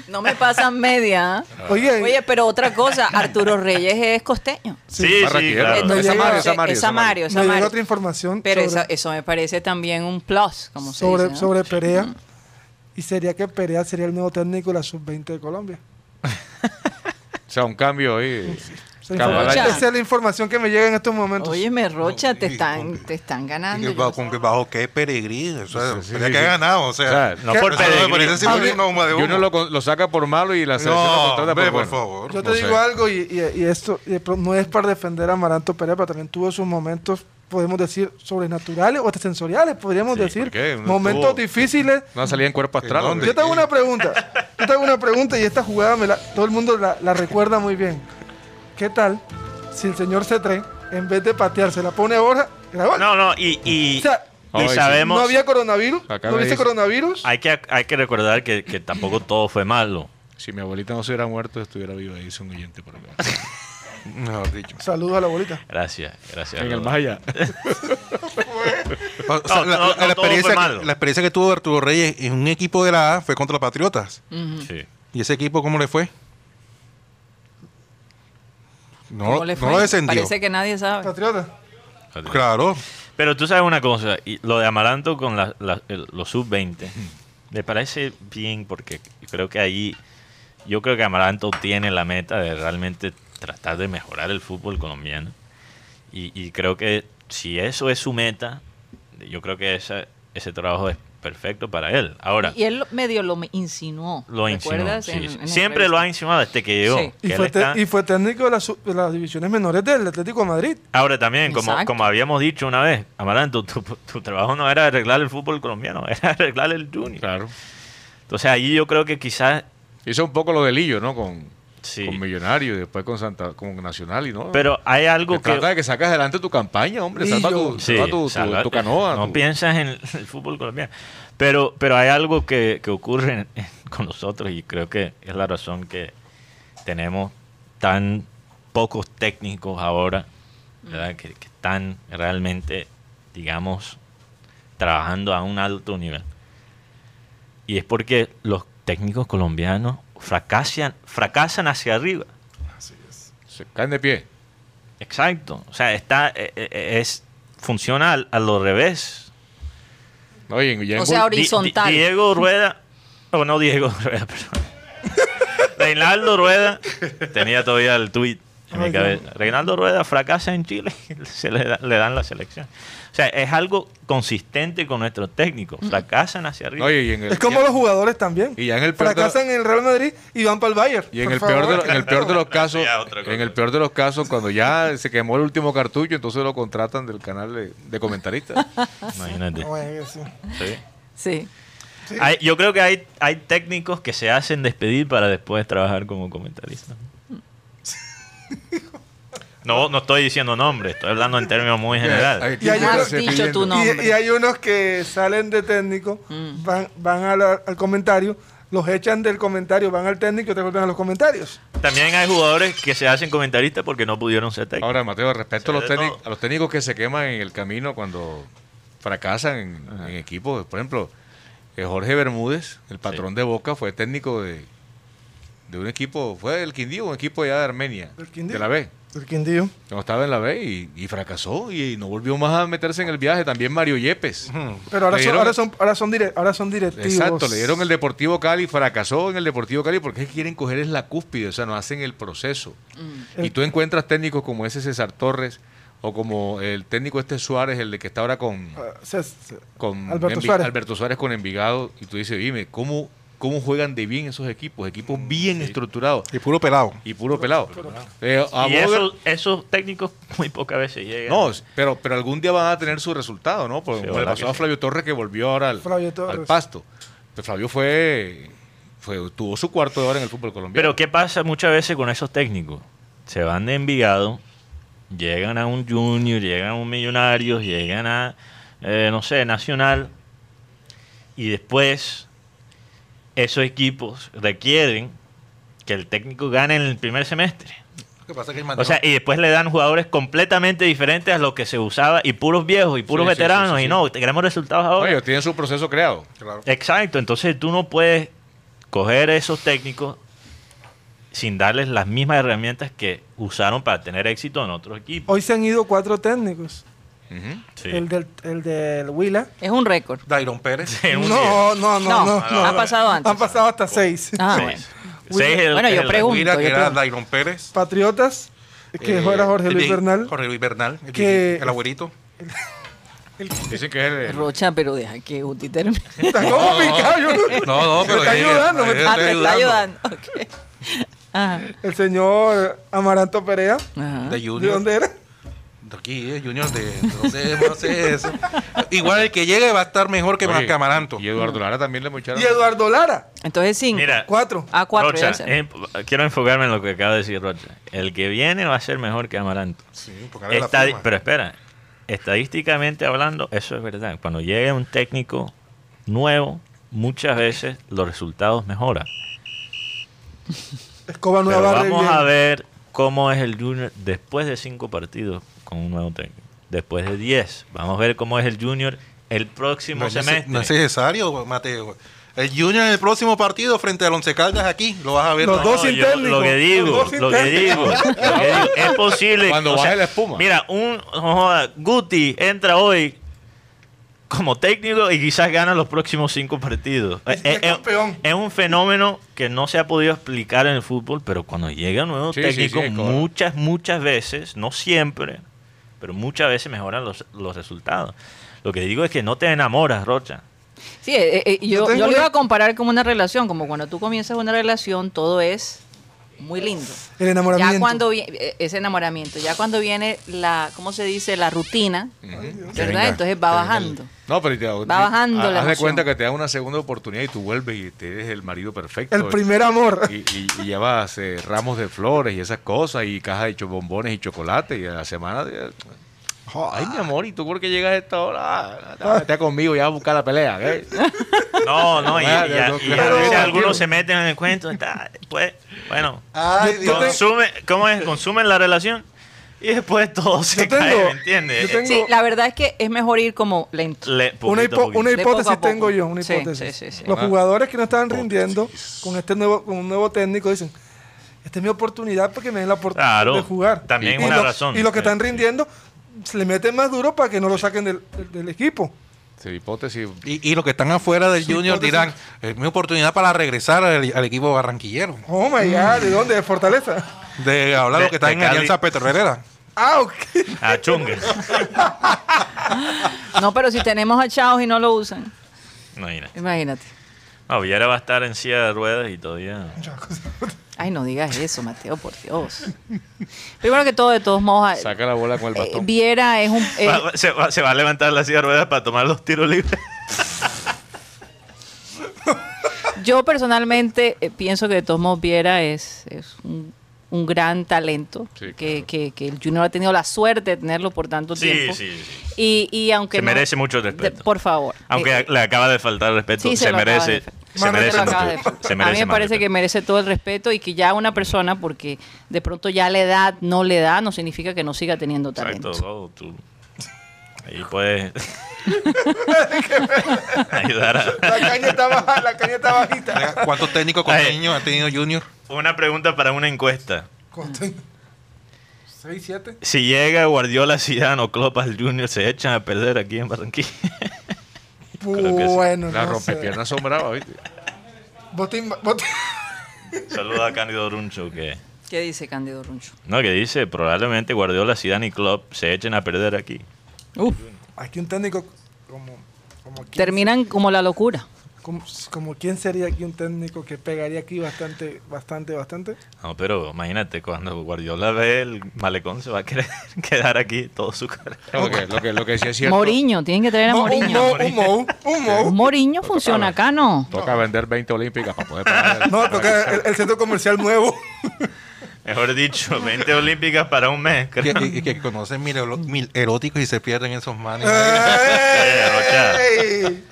Speaker 7: no me pasan media. ¿ah?
Speaker 1: Oye,
Speaker 7: Oye, pero otra cosa, Arturo Reyes es costeño.
Speaker 4: Sí,
Speaker 6: Sí,
Speaker 4: sí,
Speaker 6: Barranquilla.
Speaker 4: claro.
Speaker 1: No
Speaker 7: Entonces,
Speaker 1: llega-
Speaker 7: no
Speaker 6: Samario,
Speaker 7: sé,
Speaker 6: Samario,
Speaker 7: es Samario,
Speaker 1: me llegó
Speaker 7: Samario.
Speaker 1: otra información
Speaker 7: Pero
Speaker 1: sobre,
Speaker 7: esa- eso me parece también un plus, como se
Speaker 1: sobre,
Speaker 7: dice, ¿no?
Speaker 1: sobre Perea. Y sería que Perea sería el nuevo técnico de la sub-20 de Colombia.
Speaker 6: O sea, un cambio ahí.
Speaker 1: Esa,
Speaker 6: Caballo.
Speaker 1: informa- esa es la información que me llega en estos momentos.
Speaker 7: Óyeme, Rocha, te
Speaker 5: Sí,
Speaker 7: están,
Speaker 5: porque-
Speaker 7: te están
Speaker 5: Y
Speaker 7: ganando.
Speaker 5: que
Speaker 7: yo
Speaker 5: bajo,
Speaker 7: no sé.
Speaker 5: con que bajo qué peregrino. O sea,
Speaker 6: Sí, sí,
Speaker 5: tenía
Speaker 6: sí,
Speaker 5: que
Speaker 6: sí.
Speaker 5: haber ganado. O sea,
Speaker 6: O sea,
Speaker 4: No
Speaker 5: ¿qué?
Speaker 4: por
Speaker 5: Eso me
Speaker 4: peregrino.
Speaker 5: parece siempre
Speaker 1: Había-
Speaker 5: un ahuma de
Speaker 6: Y uno
Speaker 5: humo.
Speaker 6: lo, con- lo saca por malo y la selección lo
Speaker 5: No,
Speaker 6: contrata
Speaker 5: hombre,
Speaker 6: por
Speaker 5: por
Speaker 6: bueno.
Speaker 5: favor.
Speaker 1: Yo te
Speaker 6: no
Speaker 1: digo
Speaker 6: sé.
Speaker 1: algo, y, y- y esto y de pro- no es para defender a Maranto Perea, pero también tuvo sus momentos, podemos decir, sobrenaturales o hasta sensoriales, podríamos
Speaker 4: Sí,
Speaker 1: decir.
Speaker 6: ¿por qué? Uno
Speaker 1: Momentos
Speaker 6: tuvo-
Speaker 1: difíciles.
Speaker 6: Una salida en cuerpo astral.
Speaker 5: ¿En
Speaker 6: hombre.
Speaker 1: Yo te hago una pregunta. Yo te hago una pregunta y esta jugada me la- todo el mundo la, la recuerda muy bien. ¿Qué tal si el señor C3, en vez de patear, se la pone a Borja? y la gol?
Speaker 4: No, no, y, y,
Speaker 1: O sea,
Speaker 4: y
Speaker 6: Ay, sí.
Speaker 4: sabemos,
Speaker 1: no había coronavirus.
Speaker 6: Acá
Speaker 1: no
Speaker 6: me
Speaker 1: hubiese
Speaker 6: dice-
Speaker 1: coronavirus.
Speaker 4: hay, que, hay que recordar que, que tampoco todo fue malo.
Speaker 6: Si mi abuelita no se hubiera muerto, estuviera viva, dice un oyente por acá.
Speaker 5: Mejor dicho.
Speaker 1: Saludos a la abuelita.
Speaker 4: Gracias, gracias.
Speaker 6: en el
Speaker 4: Rodo.
Speaker 6: más allá.
Speaker 5: O sea,
Speaker 4: No, no, no,
Speaker 5: la, la- la
Speaker 4: todo fue
Speaker 5: experiencia,
Speaker 4: malo.
Speaker 5: la experiencia que tuvo Arturo Reyes en un equipo de la A fue contra los Patriotas.
Speaker 4: Sí.
Speaker 5: ¿Y ese equipo cómo le fue? No,
Speaker 7: ¿Cómo le
Speaker 5: no
Speaker 7: fue?
Speaker 5: lo descendió.
Speaker 7: Parece que nadie sabe.
Speaker 1: Patriota.
Speaker 5: Claro.
Speaker 4: Pero tú sabes una cosa, y lo de Amaranto con la- la- el- los sub-20, me parece bien porque creo que ahí, yo creo que Amaranto tiene la meta de realmente tratar de mejorar el fútbol colombiano. Y, y creo que si eso es su meta, yo creo que esa- ese trabajo es perfecto para él. Ahora,
Speaker 7: Y él lo- medio lo me- insinuó.
Speaker 4: Lo insinuó.
Speaker 7: ¿recuerdas?
Speaker 4: sí,
Speaker 7: En-
Speaker 4: sí.
Speaker 7: en
Speaker 4: Siempre lo ha
Speaker 7: entrevista.
Speaker 4: insinuado desde que llegó.
Speaker 7: Sí.
Speaker 1: Y
Speaker 4: que él
Speaker 1: fue, te-
Speaker 4: está-
Speaker 1: y fue técnico de, las sub- de las divisiones menores del Atlético de Madrid.
Speaker 4: Ahora también, como,
Speaker 7: Exacto.
Speaker 4: como habíamos dicho una vez, Amaranto, tu, tu trabajo no era arreglar el fútbol colombiano, era arreglar el junior.
Speaker 6: Claro.
Speaker 4: Entonces ahí yo creo que quizás
Speaker 6: Hizo un poco lo del Lillo, ¿no? Con,
Speaker 4: sí.
Speaker 6: con Millonario y después con Santa, con Nacional y no.
Speaker 4: Pero hay algo que...
Speaker 6: trata de que sacas adelante tu campaña, hombre. Salva tu,
Speaker 4: Sí,
Speaker 6: salva tu, tu-
Speaker 4: salva-
Speaker 6: tu canoa.
Speaker 4: No
Speaker 6: tu-
Speaker 4: piensas en el fútbol colombiano. Pero, pero hay algo que, que ocurre en- en- con nosotros y creo que es la razón que tenemos tan pocos técnicos ahora, ¿verdad? Que, que están realmente, digamos, trabajando a un alto nivel. Y es porque los técnicos colombianos fracasan, fracasan hacia arriba.
Speaker 6: Se caen de pie.
Speaker 4: Exacto. O sea, está, e- e- es, funciona al, a lo revés.
Speaker 6: No, y en- ya en
Speaker 7: O sea,
Speaker 6: Gol-
Speaker 4: Di- Di-
Speaker 7: horizontal.
Speaker 4: Diego Rueda, o no Diego Rueda, perdón. Reinaldo Rueda, tenía todavía el tuit en mi
Speaker 1: Ay,
Speaker 4: cabeza. Reinaldo Rueda fracasa en Chile, se le, da- le dan la selección. O sea, es algo consistente con nuestros técnicos. Fracasan hacia arriba.
Speaker 6: no, y en el,
Speaker 1: Es como los jugadores también.
Speaker 6: y ya en el peor de-
Speaker 1: Fracasan en el Real Madrid y van para el Bayern.
Speaker 6: Y en
Speaker 1: Por
Speaker 6: el, peor de
Speaker 1: favor.
Speaker 6: lo- en el peor de los casos,
Speaker 4: Ya, otra cosa.
Speaker 6: en el peor de los casos, cuando ya se quemó el último cartucho, entonces lo contratan del canal de, de comentaristas.
Speaker 4: Imagínate.
Speaker 1: No, es que sí.
Speaker 4: Sí.
Speaker 7: Sí.
Speaker 4: Hay- yo creo que hay, hay técnicos que se hacen despedir para después trabajar como comentarista. No, no estoy diciendo nombres, estoy hablando en términos muy generales.
Speaker 1: Y hay unos-
Speaker 7: Has dicho tu
Speaker 1: Y-
Speaker 7: nombre.
Speaker 1: Y, hay unos que salen de técnico,
Speaker 3: Mm.
Speaker 1: van, van a la- al comentario, los echan del comentario, van al técnico y te vuelven a los comentarios.
Speaker 4: También hay jugadores que se hacen comentaristas porque no pudieron ser técnicos.
Speaker 6: Ahora, Mateo, respecto a los,
Speaker 4: Se ve de
Speaker 6: técnic-
Speaker 4: todo.
Speaker 6: a los técnicos que se queman en el camino cuando fracasan en, en equipos, por ejemplo, eh, Jorge Bermúdez, el patrón de Boca, fue técnico de, de un equipo, fue el Quindío, un equipo allá de Armenia,
Speaker 1: ¿Del Quindío?
Speaker 6: de la B.
Speaker 1: El Quindío.
Speaker 6: No estaba en la B y, y fracasó y, no volvió más a meterse en el viaje. También Mario Yepes.
Speaker 1: Pero ahora son,
Speaker 6: Le dieron-
Speaker 1: ahora, son, ahora, son dire- ahora son directivos.
Speaker 6: Exacto, le dieron el Deportivo Cali, fracasó en el Deportivo Cali porque es que quieren coger es la cúspide, o sea, no hacen el proceso. Y
Speaker 1: Mm. El-
Speaker 6: tú encuentras técnicos como ese César Torres o como el técnico este Suárez, el de que está ahora con,
Speaker 1: Ah, se- se-
Speaker 6: con
Speaker 1: Ah, Alberto
Speaker 6: Envi-
Speaker 1: Suárez.
Speaker 6: Alberto Suárez con Envigado, y tú dices, dime, ¿cómo, cómo juegan de bien esos equipos? Equipos bien estructurados
Speaker 7: Y puro pelado.
Speaker 6: y puro pelado. Eh, a
Speaker 4: Y
Speaker 6: Boder-
Speaker 4: esos, esos técnicos muy pocas veces llegan.
Speaker 6: No, pero, pero algún día van a tener su resultado, ¿no? Porque
Speaker 4: Sí,
Speaker 6: como le
Speaker 4: ojalá
Speaker 6: pasó
Speaker 4: que
Speaker 6: a
Speaker 4: sí.
Speaker 6: Flavio Torres que volvió ahora al,
Speaker 1: Flavio
Speaker 6: al
Speaker 1: Torres.
Speaker 6: pasto. Pues Flavio fue, fue, tuvo su cuarto de hora en el fútbol colombiano.
Speaker 4: Pero ¿qué pasa muchas veces con esos técnicos? Se van de Envigado, llegan a un Junior, llegan a un Millonarios, llegan a, eh, no sé, Nacional, y después esos equipos requieren que el técnico gane en el primer semestre.
Speaker 7: Lo que pasa es que
Speaker 6: Ah,
Speaker 4: O sea, y después le dan jugadores completamente diferentes a lo que se usaba, y puros viejos, y puros
Speaker 6: Sí, sí, sí,
Speaker 4: veteranos,
Speaker 6: sí,
Speaker 4: y
Speaker 6: sí.
Speaker 4: no, queremos resultados
Speaker 6: No,
Speaker 4: ahora.
Speaker 6: ellos tienen su proceso creado.
Speaker 4: Exacto, entonces tú no puedes coger esos técnicos sin darles las mismas herramientas que usaron para tener éxito en otros equipos.
Speaker 1: Hoy se han ido cuatro técnicos.
Speaker 6: Ujú.
Speaker 4: Sí.
Speaker 1: El, del, el del Huila.
Speaker 3: Es un récord.
Speaker 7: Dairon Pérez.
Speaker 4: En un día.
Speaker 1: No, no, no, no,
Speaker 3: No,
Speaker 1: no.
Speaker 3: ha pasado antes.
Speaker 1: Han pasado hasta seis.
Speaker 3: Ah,
Speaker 4: Sí.
Speaker 3: bueno.
Speaker 4: Sí, es el-
Speaker 3: Bueno, yo
Speaker 4: el-
Speaker 3: pregunto.
Speaker 7: Mira que
Speaker 3: yo
Speaker 7: era
Speaker 3: pregunto.
Speaker 7: Dairon Pérez.
Speaker 1: Patriotas, que
Speaker 7: eh,
Speaker 1: era Jorge Luis
Speaker 7: Luis-
Speaker 1: Bernal.
Speaker 7: Jorge Luis Bernal. el-
Speaker 1: Que-
Speaker 7: El abuelito.
Speaker 6: Dicen que es el-
Speaker 3: Rocha, pero deja que Uti termine.
Speaker 1: Está como picado, yo-
Speaker 7: No, no, pero
Speaker 1: Me está
Speaker 7: ahí-
Speaker 1: ayudando, me
Speaker 7: ahí
Speaker 1: está-
Speaker 3: Ah, te está ayudando. Ok. Ajá,
Speaker 1: El señor Amaranto Perea.
Speaker 3: Ah, ajá.
Speaker 7: De
Speaker 1: ¿Ah?
Speaker 7: Junior.
Speaker 1: ¿De dónde era?
Speaker 7: De aquí, eh, Junior, de. No sé, no sé eso. Igual el que llegue va a estar mejor que
Speaker 6: Oye,
Speaker 7: más Camaranto.
Speaker 6: Y Eduardo Lara también le mocharon.
Speaker 1: Y Eduardo Lara.
Speaker 3: Entonces cinco.
Speaker 4: Mira,
Speaker 1: Cuatro.
Speaker 3: A cuatro.
Speaker 4: Rocha,
Speaker 3: ya sé.
Speaker 4: em- quiero enfocarme en lo que acaba de decir Rocha. El que viene va a ser mejor que Amaranto.
Speaker 7: Sí, póngale la
Speaker 4: Estadi-
Speaker 7: firma.
Speaker 4: pero espera, estadísticamente hablando, eso es verdad. Cuando llega un técnico nuevo, muchas veces los resultados mejoran.
Speaker 1: Escoba
Speaker 4: Pero
Speaker 1: Nueva Barre.
Speaker 4: vamos
Speaker 1: bien.
Speaker 4: a ver cómo es el Junior después de cinco partidos con un nuevo técnico. Después de 10. Vamos a ver cómo es el Junior el próximo
Speaker 7: No es, nece-
Speaker 4: semestre.
Speaker 7: no es necesario, Mateo. El Junior en el próximo partido frente al Once Caldas aquí, lo vas a ver.
Speaker 1: Los
Speaker 7: ¿no?
Speaker 1: dos sin
Speaker 4: yo-
Speaker 1: técnico,
Speaker 4: lo que digo,
Speaker 1: los dos
Speaker 4: lo
Speaker 1: sin
Speaker 4: que digo,
Speaker 1: técnico.
Speaker 4: lo que digo, es posible.
Speaker 6: Cuando
Speaker 4: o
Speaker 6: baje
Speaker 4: sea,
Speaker 6: la espuma.
Speaker 4: Mira, un no joda, Guti entra hoy como técnico y quizás gana los próximos cinco partidos.
Speaker 1: Y
Speaker 4: Es,
Speaker 1: es
Speaker 4: es-
Speaker 1: campeón.
Speaker 4: es un fenómeno que no se ha podido explicar en el fútbol, pero cuando llega un nuevo
Speaker 6: Sí, sí,
Speaker 4: técnico,
Speaker 6: sí, es correcto.
Speaker 4: muchas, muchas veces, no siempre, pero muchas veces mejoran los, los resultados. Lo que digo es que no te enamoras, Rocha.
Speaker 3: Sí, eh, eh,
Speaker 1: Yo
Speaker 3: yo,
Speaker 1: tengo
Speaker 3: yo lo
Speaker 1: una-
Speaker 3: iba a comparar como una relación, como cuando tú comienzas una relación, todo es muy lindo.
Speaker 1: El enamoramiento.
Speaker 3: Ya cuando viene ese enamoramiento, ya cuando viene la, ¿cómo se dice? La rutina, ¿verdad?
Speaker 6: Venga,
Speaker 3: Entonces va bajando.
Speaker 6: No, pero te,
Speaker 3: Va bajando
Speaker 6: ha-
Speaker 3: la
Speaker 6: Haz de
Speaker 3: emoción.
Speaker 6: cuenta que te dan una segunda oportunidad y tú vuelves y te eres el marido perfecto.
Speaker 1: El primer amor.
Speaker 6: Y, y- y llevas eh, ramos de flores y esas cosas y cajas de cho- bombones y chocolate y a la semana... eh, Ay, mi amor, ¿y tú por qué llegas a esta hora? Ah, Está conmigo, ya vas a buscar la pelea. ¿qué?
Speaker 4: No, no, y, y a- y a
Speaker 6: Pero-
Speaker 4: veces algunos se meten en el cuento. está, pues, bueno,
Speaker 1: Ah,
Speaker 7: Ay, Dios.
Speaker 4: consume, ¿cómo es? Consumen la relación y después todo se
Speaker 1: tengo-
Speaker 4: cae, ¿me entiendes?
Speaker 1: yo tengo-
Speaker 3: Sí, la verdad es que es mejor ir como lento.
Speaker 4: Le-
Speaker 1: una,
Speaker 4: poquito a
Speaker 1: hipo-
Speaker 4: poquito.
Speaker 1: una
Speaker 3: De poco a
Speaker 1: hipótesis
Speaker 3: poco.
Speaker 1: tengo yo, una
Speaker 3: Sí,
Speaker 1: hipótesis.
Speaker 3: sí, sí, sí.
Speaker 1: Los
Speaker 6: Ah.
Speaker 1: jugadores que no estaban rindiendo con este nuevo, con un nuevo técnico dicen, esta es mi oportunidad porque me den la oportunidad
Speaker 4: Claro,
Speaker 1: de jugar.
Speaker 4: también
Speaker 1: y
Speaker 4: una
Speaker 1: los,
Speaker 4: razón.
Speaker 1: Y los que
Speaker 4: Sí,
Speaker 1: están
Speaker 4: sí.
Speaker 1: rindiendo se le meten más duro para que no lo saquen del, del- del equipo.
Speaker 6: Sí, hipótesis.
Speaker 7: Y, y los que están afuera del Junior
Speaker 1: entonces-
Speaker 7: dirán, es mi oportunidad para regresar al, al equipo barranquillero.
Speaker 1: Oh my
Speaker 4: Mm.
Speaker 1: God, ¿de dónde? ¿De Fortaleza?
Speaker 7: De hablar
Speaker 4: De-
Speaker 7: lo que está
Speaker 4: de
Speaker 7: en
Speaker 4: Cali.
Speaker 7: Alianza Petrolera.
Speaker 1: Ah, ok.
Speaker 4: A chunga.
Speaker 3: No, pero si tenemos a Chaos y no lo usan,
Speaker 4: No, mira.
Speaker 3: imagínate.
Speaker 4: No, Villara va a estar en silla de ruedas y todavía.
Speaker 3: Ay, no digas eso, Mateo, por Dios. Primero que todo, de todos modos, eh,
Speaker 6: Saca la bola con el
Speaker 3: eh,
Speaker 6: bastón.
Speaker 3: Viera es un... eh,
Speaker 4: Va- va- se, va, se va a levantar la silla de ruedas para tomar los tiros libres.
Speaker 3: Yo personalmente eh, pienso que de todos modos Viera es, es un, un gran talento,
Speaker 6: Sí,
Speaker 3: que, que- que el Junior ha tenido la suerte de tenerlo por tanto
Speaker 4: Sí,
Speaker 3: tiempo.
Speaker 4: sí, sí.
Speaker 3: Y, y aunque
Speaker 4: Se
Speaker 3: no-
Speaker 4: merece mucho
Speaker 3: de-
Speaker 4: respeto.
Speaker 3: por favor.
Speaker 4: Aunque
Speaker 3: Eh,
Speaker 4: le acaba de faltar respeto,
Speaker 3: sí,
Speaker 4: se,
Speaker 3: lo acaba
Speaker 4: merece.
Speaker 3: de-
Speaker 4: Se
Speaker 3: Manuel
Speaker 4: merece,
Speaker 3: lo acaba
Speaker 4: mucho-
Speaker 3: de-
Speaker 4: se merece
Speaker 3: A mí me
Speaker 4: más
Speaker 3: parece que
Speaker 4: respeto.
Speaker 3: merece todo el respeto y que ya una persona, porque de pronto ya la edad no le da, no significa que no siga teniendo
Speaker 4: Exacto,
Speaker 3: talento.
Speaker 4: no, tú- Ahí puedes ayudar a...
Speaker 8: La caña está baja, la caña está bajita.
Speaker 5: Oiga, ¿Cuántos técnicos
Speaker 4: Ay.
Speaker 5: costeños ha tenido Junior?
Speaker 4: Una pregunta para una encuesta.
Speaker 1: Costeño. ¿Seis, siete?
Speaker 4: Si llega Guardiola, Zidane o Klopp al Junior, ¿se echan a perder aquí en Barranquilla? Creo que sí.
Speaker 1: Bueno,
Speaker 6: La
Speaker 1: no sé.
Speaker 6: rompepierna asombraba, ¿viste?
Speaker 1: Vos te inv- vos te-
Speaker 4: Saluda a Cándido Runcho que...
Speaker 3: ¿Qué dice Cándido Runcho?
Speaker 4: No, que dice, probablemente Guardiola, Zidane y Klopp se echen a perder aquí.
Speaker 3: Uf,
Speaker 1: Aquí un técnico como... como quién-
Speaker 3: terminan como la locura.
Speaker 1: Como, como quién sería aquí un técnico que pegaría aquí bastante, bastante, bastante.
Speaker 4: No, pero imagínate, cuando Guardiola ve el malecón, se va a querer quedar aquí todo su carrera.
Speaker 6: Lo que, lo que, lo que sí es cierto.
Speaker 3: Moriño, tienen que traer a
Speaker 1: No, un
Speaker 3: Moriño.
Speaker 1: Mou, un Mou, un
Speaker 4: Oh.
Speaker 1: Mou.
Speaker 3: Moriño funciona acá, ¿no?
Speaker 6: Toca vender 20 olímpicas para poder pagar.
Speaker 1: No, toca el, el centro comercial nuevo.
Speaker 4: Mejor dicho, 20 olímpicas para un mes.
Speaker 5: Que,
Speaker 4: creo.
Speaker 5: y- y que conocen mil, ero- mil eróticos y se pierden esos manes.
Speaker 1: ¡Ey!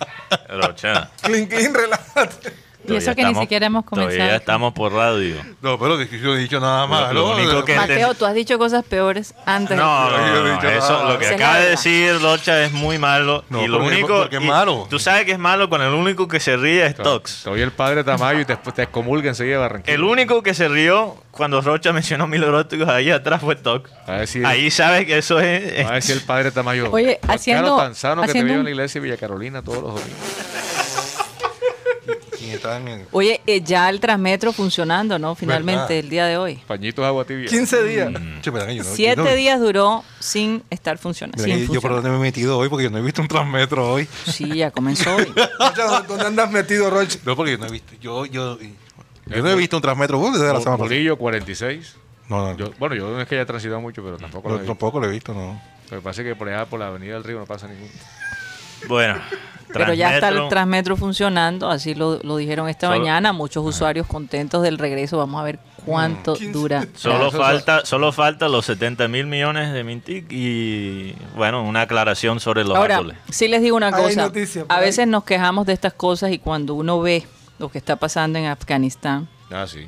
Speaker 4: Rocha,
Speaker 1: Clean, clean, relájate.
Speaker 7: Y eso que ni siquiera hemos
Speaker 4: Todavía
Speaker 7: comenzado.
Speaker 4: estamos por radio.
Speaker 5: No, pero que yo no he dicho nada
Speaker 7: Pues
Speaker 5: más.
Speaker 4: Lo- lo
Speaker 5: ¿no?
Speaker 4: único que-
Speaker 7: Mateo, tú has dicho cosas peores antes.
Speaker 4: No,
Speaker 5: Yo no
Speaker 4: no,
Speaker 5: he
Speaker 4: no,
Speaker 5: dicho
Speaker 4: eso,
Speaker 5: nada.
Speaker 4: lo que
Speaker 7: Esa es la
Speaker 4: acaba de
Speaker 7: verdad.
Speaker 4: decir Rocha es muy malo.
Speaker 5: No,
Speaker 4: y lo
Speaker 5: porque-
Speaker 4: único.
Speaker 5: porque es
Speaker 4: y-
Speaker 5: malo.
Speaker 4: Tú sabes que es malo cuando el único que se ríe es Tox.
Speaker 6: Soy el padre Tamayo y te, te excomulga enseguida de Barranquilla.
Speaker 4: El único que se rió cuando Rocha mencionó mil eróticos ahí atrás fue Tox.
Speaker 6: A ver si-
Speaker 4: Ahí sabes que eso es.
Speaker 6: A ver si el padre Tamayo.
Speaker 7: Oye,
Speaker 6: Claro,
Speaker 7: haciendo-
Speaker 6: tan sano que te veo
Speaker 7: haciendo
Speaker 6: en
Speaker 7: un-
Speaker 6: la iglesia de Villa Carolina todos los domingos.
Speaker 5: ¿Quién está en el-
Speaker 3: Oye, eh, ya el Transmetro funcionando, ¿no? Finalmente,
Speaker 5: ¿Verdad?
Speaker 3: el día de hoy.
Speaker 6: Pañitos de agua tibia.
Speaker 1: 15 días.
Speaker 8: Mm.
Speaker 5: Che, verdad que yo no- yo
Speaker 3: Siete
Speaker 5: no-
Speaker 3: días duró sin estar funcionando.
Speaker 5: Mira
Speaker 3: sin
Speaker 5: que yo por
Speaker 3: funcionar.
Speaker 5: dónde me he metido hoy porque yo no he visto un transmetro hoy.
Speaker 3: Sí, ya comenzó hoy.
Speaker 1: Rocha, ¿Dónde andas metido, Rocha?
Speaker 5: No, porque yo no he visto. Yo, yo, yo no he visto un transmetro vos desde la
Speaker 6: Bo-
Speaker 5: semana pasada.
Speaker 6: Bolillo, 46.
Speaker 5: No, no,
Speaker 6: Yo,
Speaker 5: yo
Speaker 6: bueno, yo no es que haya transitado mucho, pero tampoco lo he visto.
Speaker 5: tampoco lo he visto, no.
Speaker 6: Lo que pasa es que por allá, por la avenida del río, no pasa ningún.
Speaker 4: Bueno.
Speaker 3: Pero ya está el
Speaker 4: Transmetro.
Speaker 3: Transmetro funcionando, así lo, lo dijeron esta
Speaker 4: Solo-
Speaker 3: mañana. Muchos usuarios contentos del regreso. Vamos a ver cuánto
Speaker 5: Mm.
Speaker 3: dura.
Speaker 4: Solo
Speaker 6: Eso-
Speaker 4: falta, solo falta los 70 mil millones de Mintic y bueno, una aclaración sobre los
Speaker 3: Ahora,
Speaker 4: árboles.
Speaker 3: sí les digo una
Speaker 1: Hay
Speaker 3: cosa.
Speaker 1: noticias por
Speaker 3: a
Speaker 1: ahí.
Speaker 3: veces nos quejamos de estas cosas y cuando uno ve lo que está pasando en Afganistán,
Speaker 6: Ah, sí.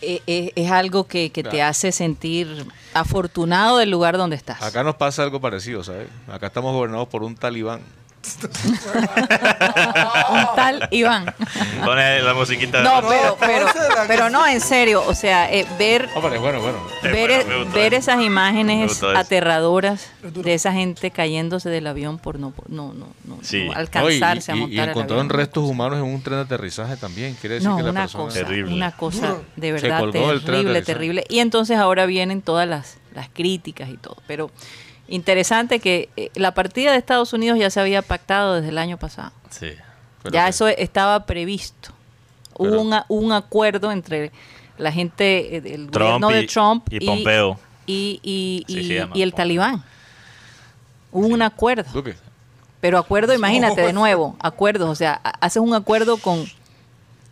Speaker 3: eh, eh, es algo que, que te
Speaker 6: Claro.
Speaker 3: hace sentir afortunado del lugar donde estás.
Speaker 6: Acá nos pasa algo parecido, ¿sabes? Acá estamos gobernados por un talibán.
Speaker 3: Un tal Iván.
Speaker 4: Pone la musiquita.
Speaker 3: No,
Speaker 4: de-
Speaker 3: pero, pero,
Speaker 1: Pónsela, que
Speaker 3: pero no, en serio. O sea, eh, ver,
Speaker 6: Ah, pero es bueno, bueno.
Speaker 4: Eh,
Speaker 3: ver,
Speaker 4: bueno, me gustó
Speaker 3: ver
Speaker 4: eso.
Speaker 3: esas
Speaker 4: Me
Speaker 3: imágenes
Speaker 4: gustó eso.
Speaker 3: aterradoras de esa gente cayéndose del avión por no, no, no, no-
Speaker 4: Sí.
Speaker 3: no
Speaker 6: No, y-
Speaker 3: alcanzarse
Speaker 6: y,
Speaker 3: a
Speaker 6: y
Speaker 3: montar al
Speaker 6: encontraron
Speaker 3: avión.
Speaker 6: restos humanos en un tren de aterrizaje también. Quiere decir
Speaker 3: No,
Speaker 6: que la
Speaker 3: una
Speaker 6: persona.
Speaker 3: cosa,
Speaker 4: Terrible.
Speaker 3: una cosa de
Speaker 6: Se
Speaker 3: verdad
Speaker 6: colgó el tren
Speaker 3: terrible,
Speaker 6: aterrizando.
Speaker 3: terrible. Y entonces ahora vienen todas las, las críticas y todo. Pero interesante que eh, la partida de Estados Unidos ya se había pactado desde el año pasado.
Speaker 4: Sí.
Speaker 6: Pero
Speaker 3: ya
Speaker 6: que-
Speaker 3: eso estaba previsto. Hubo
Speaker 6: Pero-
Speaker 3: un, a- un acuerdo entre la gente, eh, del gobierno
Speaker 4: Trump y-
Speaker 3: de Trump
Speaker 4: y Pompeo.
Speaker 3: y, y-
Speaker 4: Sí,
Speaker 3: y-
Speaker 4: se llama
Speaker 3: y el
Speaker 4: Pompeo.
Speaker 3: talibán. Hubo un acuerdo.
Speaker 6: Duque,
Speaker 3: Pero acuerdo, imagínate, de nuevo, acuerdos. O sea, ha- haces un acuerdo con,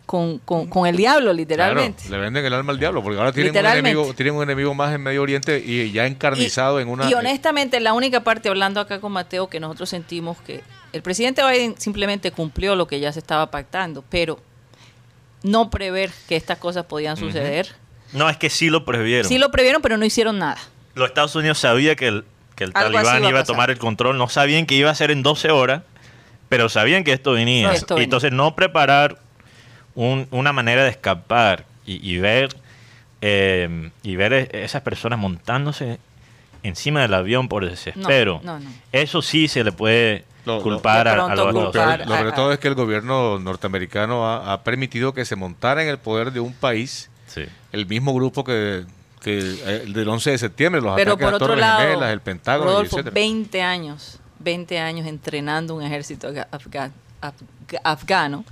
Speaker 3: con, con- con el diablo,
Speaker 6: claro,
Speaker 3: literalmente.
Speaker 6: le venden el alma al diablo, porque ahora tienen un,
Speaker 3: Literalmente.
Speaker 6: enemigo, tienen un enemigo más en Medio Oriente y ya encarnizado
Speaker 3: y,
Speaker 6: en una. eh,
Speaker 3: y honestamente, la única parte, hablando acá con Mateo, que nosotros sentimos que el presidente Biden simplemente cumplió lo que ya se estaba pactando, pero no prever que estas cosas podían suceder.
Speaker 4: No, es que sí lo previeron.
Speaker 3: Sí lo previeron, pero no hicieron nada.
Speaker 4: Los Estados Unidos sabía que el, que el
Speaker 3: Algo así
Speaker 4: talibán
Speaker 3: iba a
Speaker 4: iba a
Speaker 3: pasar.
Speaker 4: tomar el control. No sabían que iba a ser en 12 horas, pero sabían que esto venía.
Speaker 3: Que esto
Speaker 4: Y
Speaker 3: venía.
Speaker 4: Entonces, no preparar un- una manera de escapar y, y ver eh, y ver e- esas personas montándose encima del avión por desespero.
Speaker 3: No, no, no.
Speaker 4: Eso sí se le puede
Speaker 6: Lo- lo-
Speaker 4: culpar
Speaker 3: De
Speaker 4: a- a,
Speaker 3: pronto
Speaker 4: los
Speaker 6: Lo
Speaker 4: Estados
Speaker 3: culpar
Speaker 6: peor,
Speaker 4: Unidos.
Speaker 6: lo
Speaker 3: a-
Speaker 6: peor de
Speaker 3: a-
Speaker 6: todo es que el gobierno norteamericano ha, ha permitido que se montara en el poder de un país
Speaker 4: Sí.
Speaker 6: el mismo grupo que, que eh, el del 11 de septiembre, los
Speaker 3: Pero
Speaker 6: ataques
Speaker 3: por
Speaker 6: a
Speaker 3: otro
Speaker 6: Torres
Speaker 3: lado,
Speaker 6: Gemelas, el Pentágono, y
Speaker 3: Rodolfo,
Speaker 6: etcétera.
Speaker 3: 20 años, 20 años entrenando un ejército afga- afga- afga- afgano.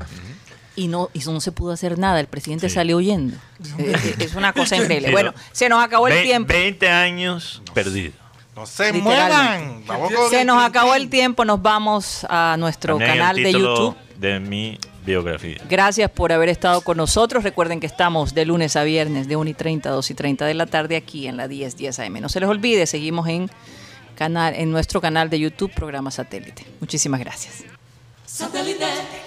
Speaker 3: Y no, y no se pudo hacer nada, el presidente
Speaker 4: Sí.
Speaker 3: salió huyendo. Eh, eh, Es una cosa increíble.
Speaker 4: Sí,
Speaker 3: Bueno,
Speaker 4: no.
Speaker 3: se nos acabó el
Speaker 4: Ve-
Speaker 3: tiempo.
Speaker 4: 20 años perdidos.
Speaker 5: ¡No se
Speaker 3: Literalmente.
Speaker 5: muevan! Vamos con
Speaker 3: Se
Speaker 5: el
Speaker 3: nos
Speaker 5: Clean
Speaker 3: acabó
Speaker 5: Clean.
Speaker 3: el tiempo, nos vamos a nuestro
Speaker 4: También el
Speaker 3: canal de
Speaker 4: título
Speaker 3: YouTube.
Speaker 4: de mi biografía.
Speaker 3: Gracias por haber estado con nosotros. Recuerden que estamos de lunes a viernes de 1 y 30, 2 y 30 de la tarde aquí en la 10, 10 AM. No se les olvide, seguimos en, canal, en nuestro canal de YouTube, Programa Satélite. Muchísimas gracias.
Speaker 9: Satellite.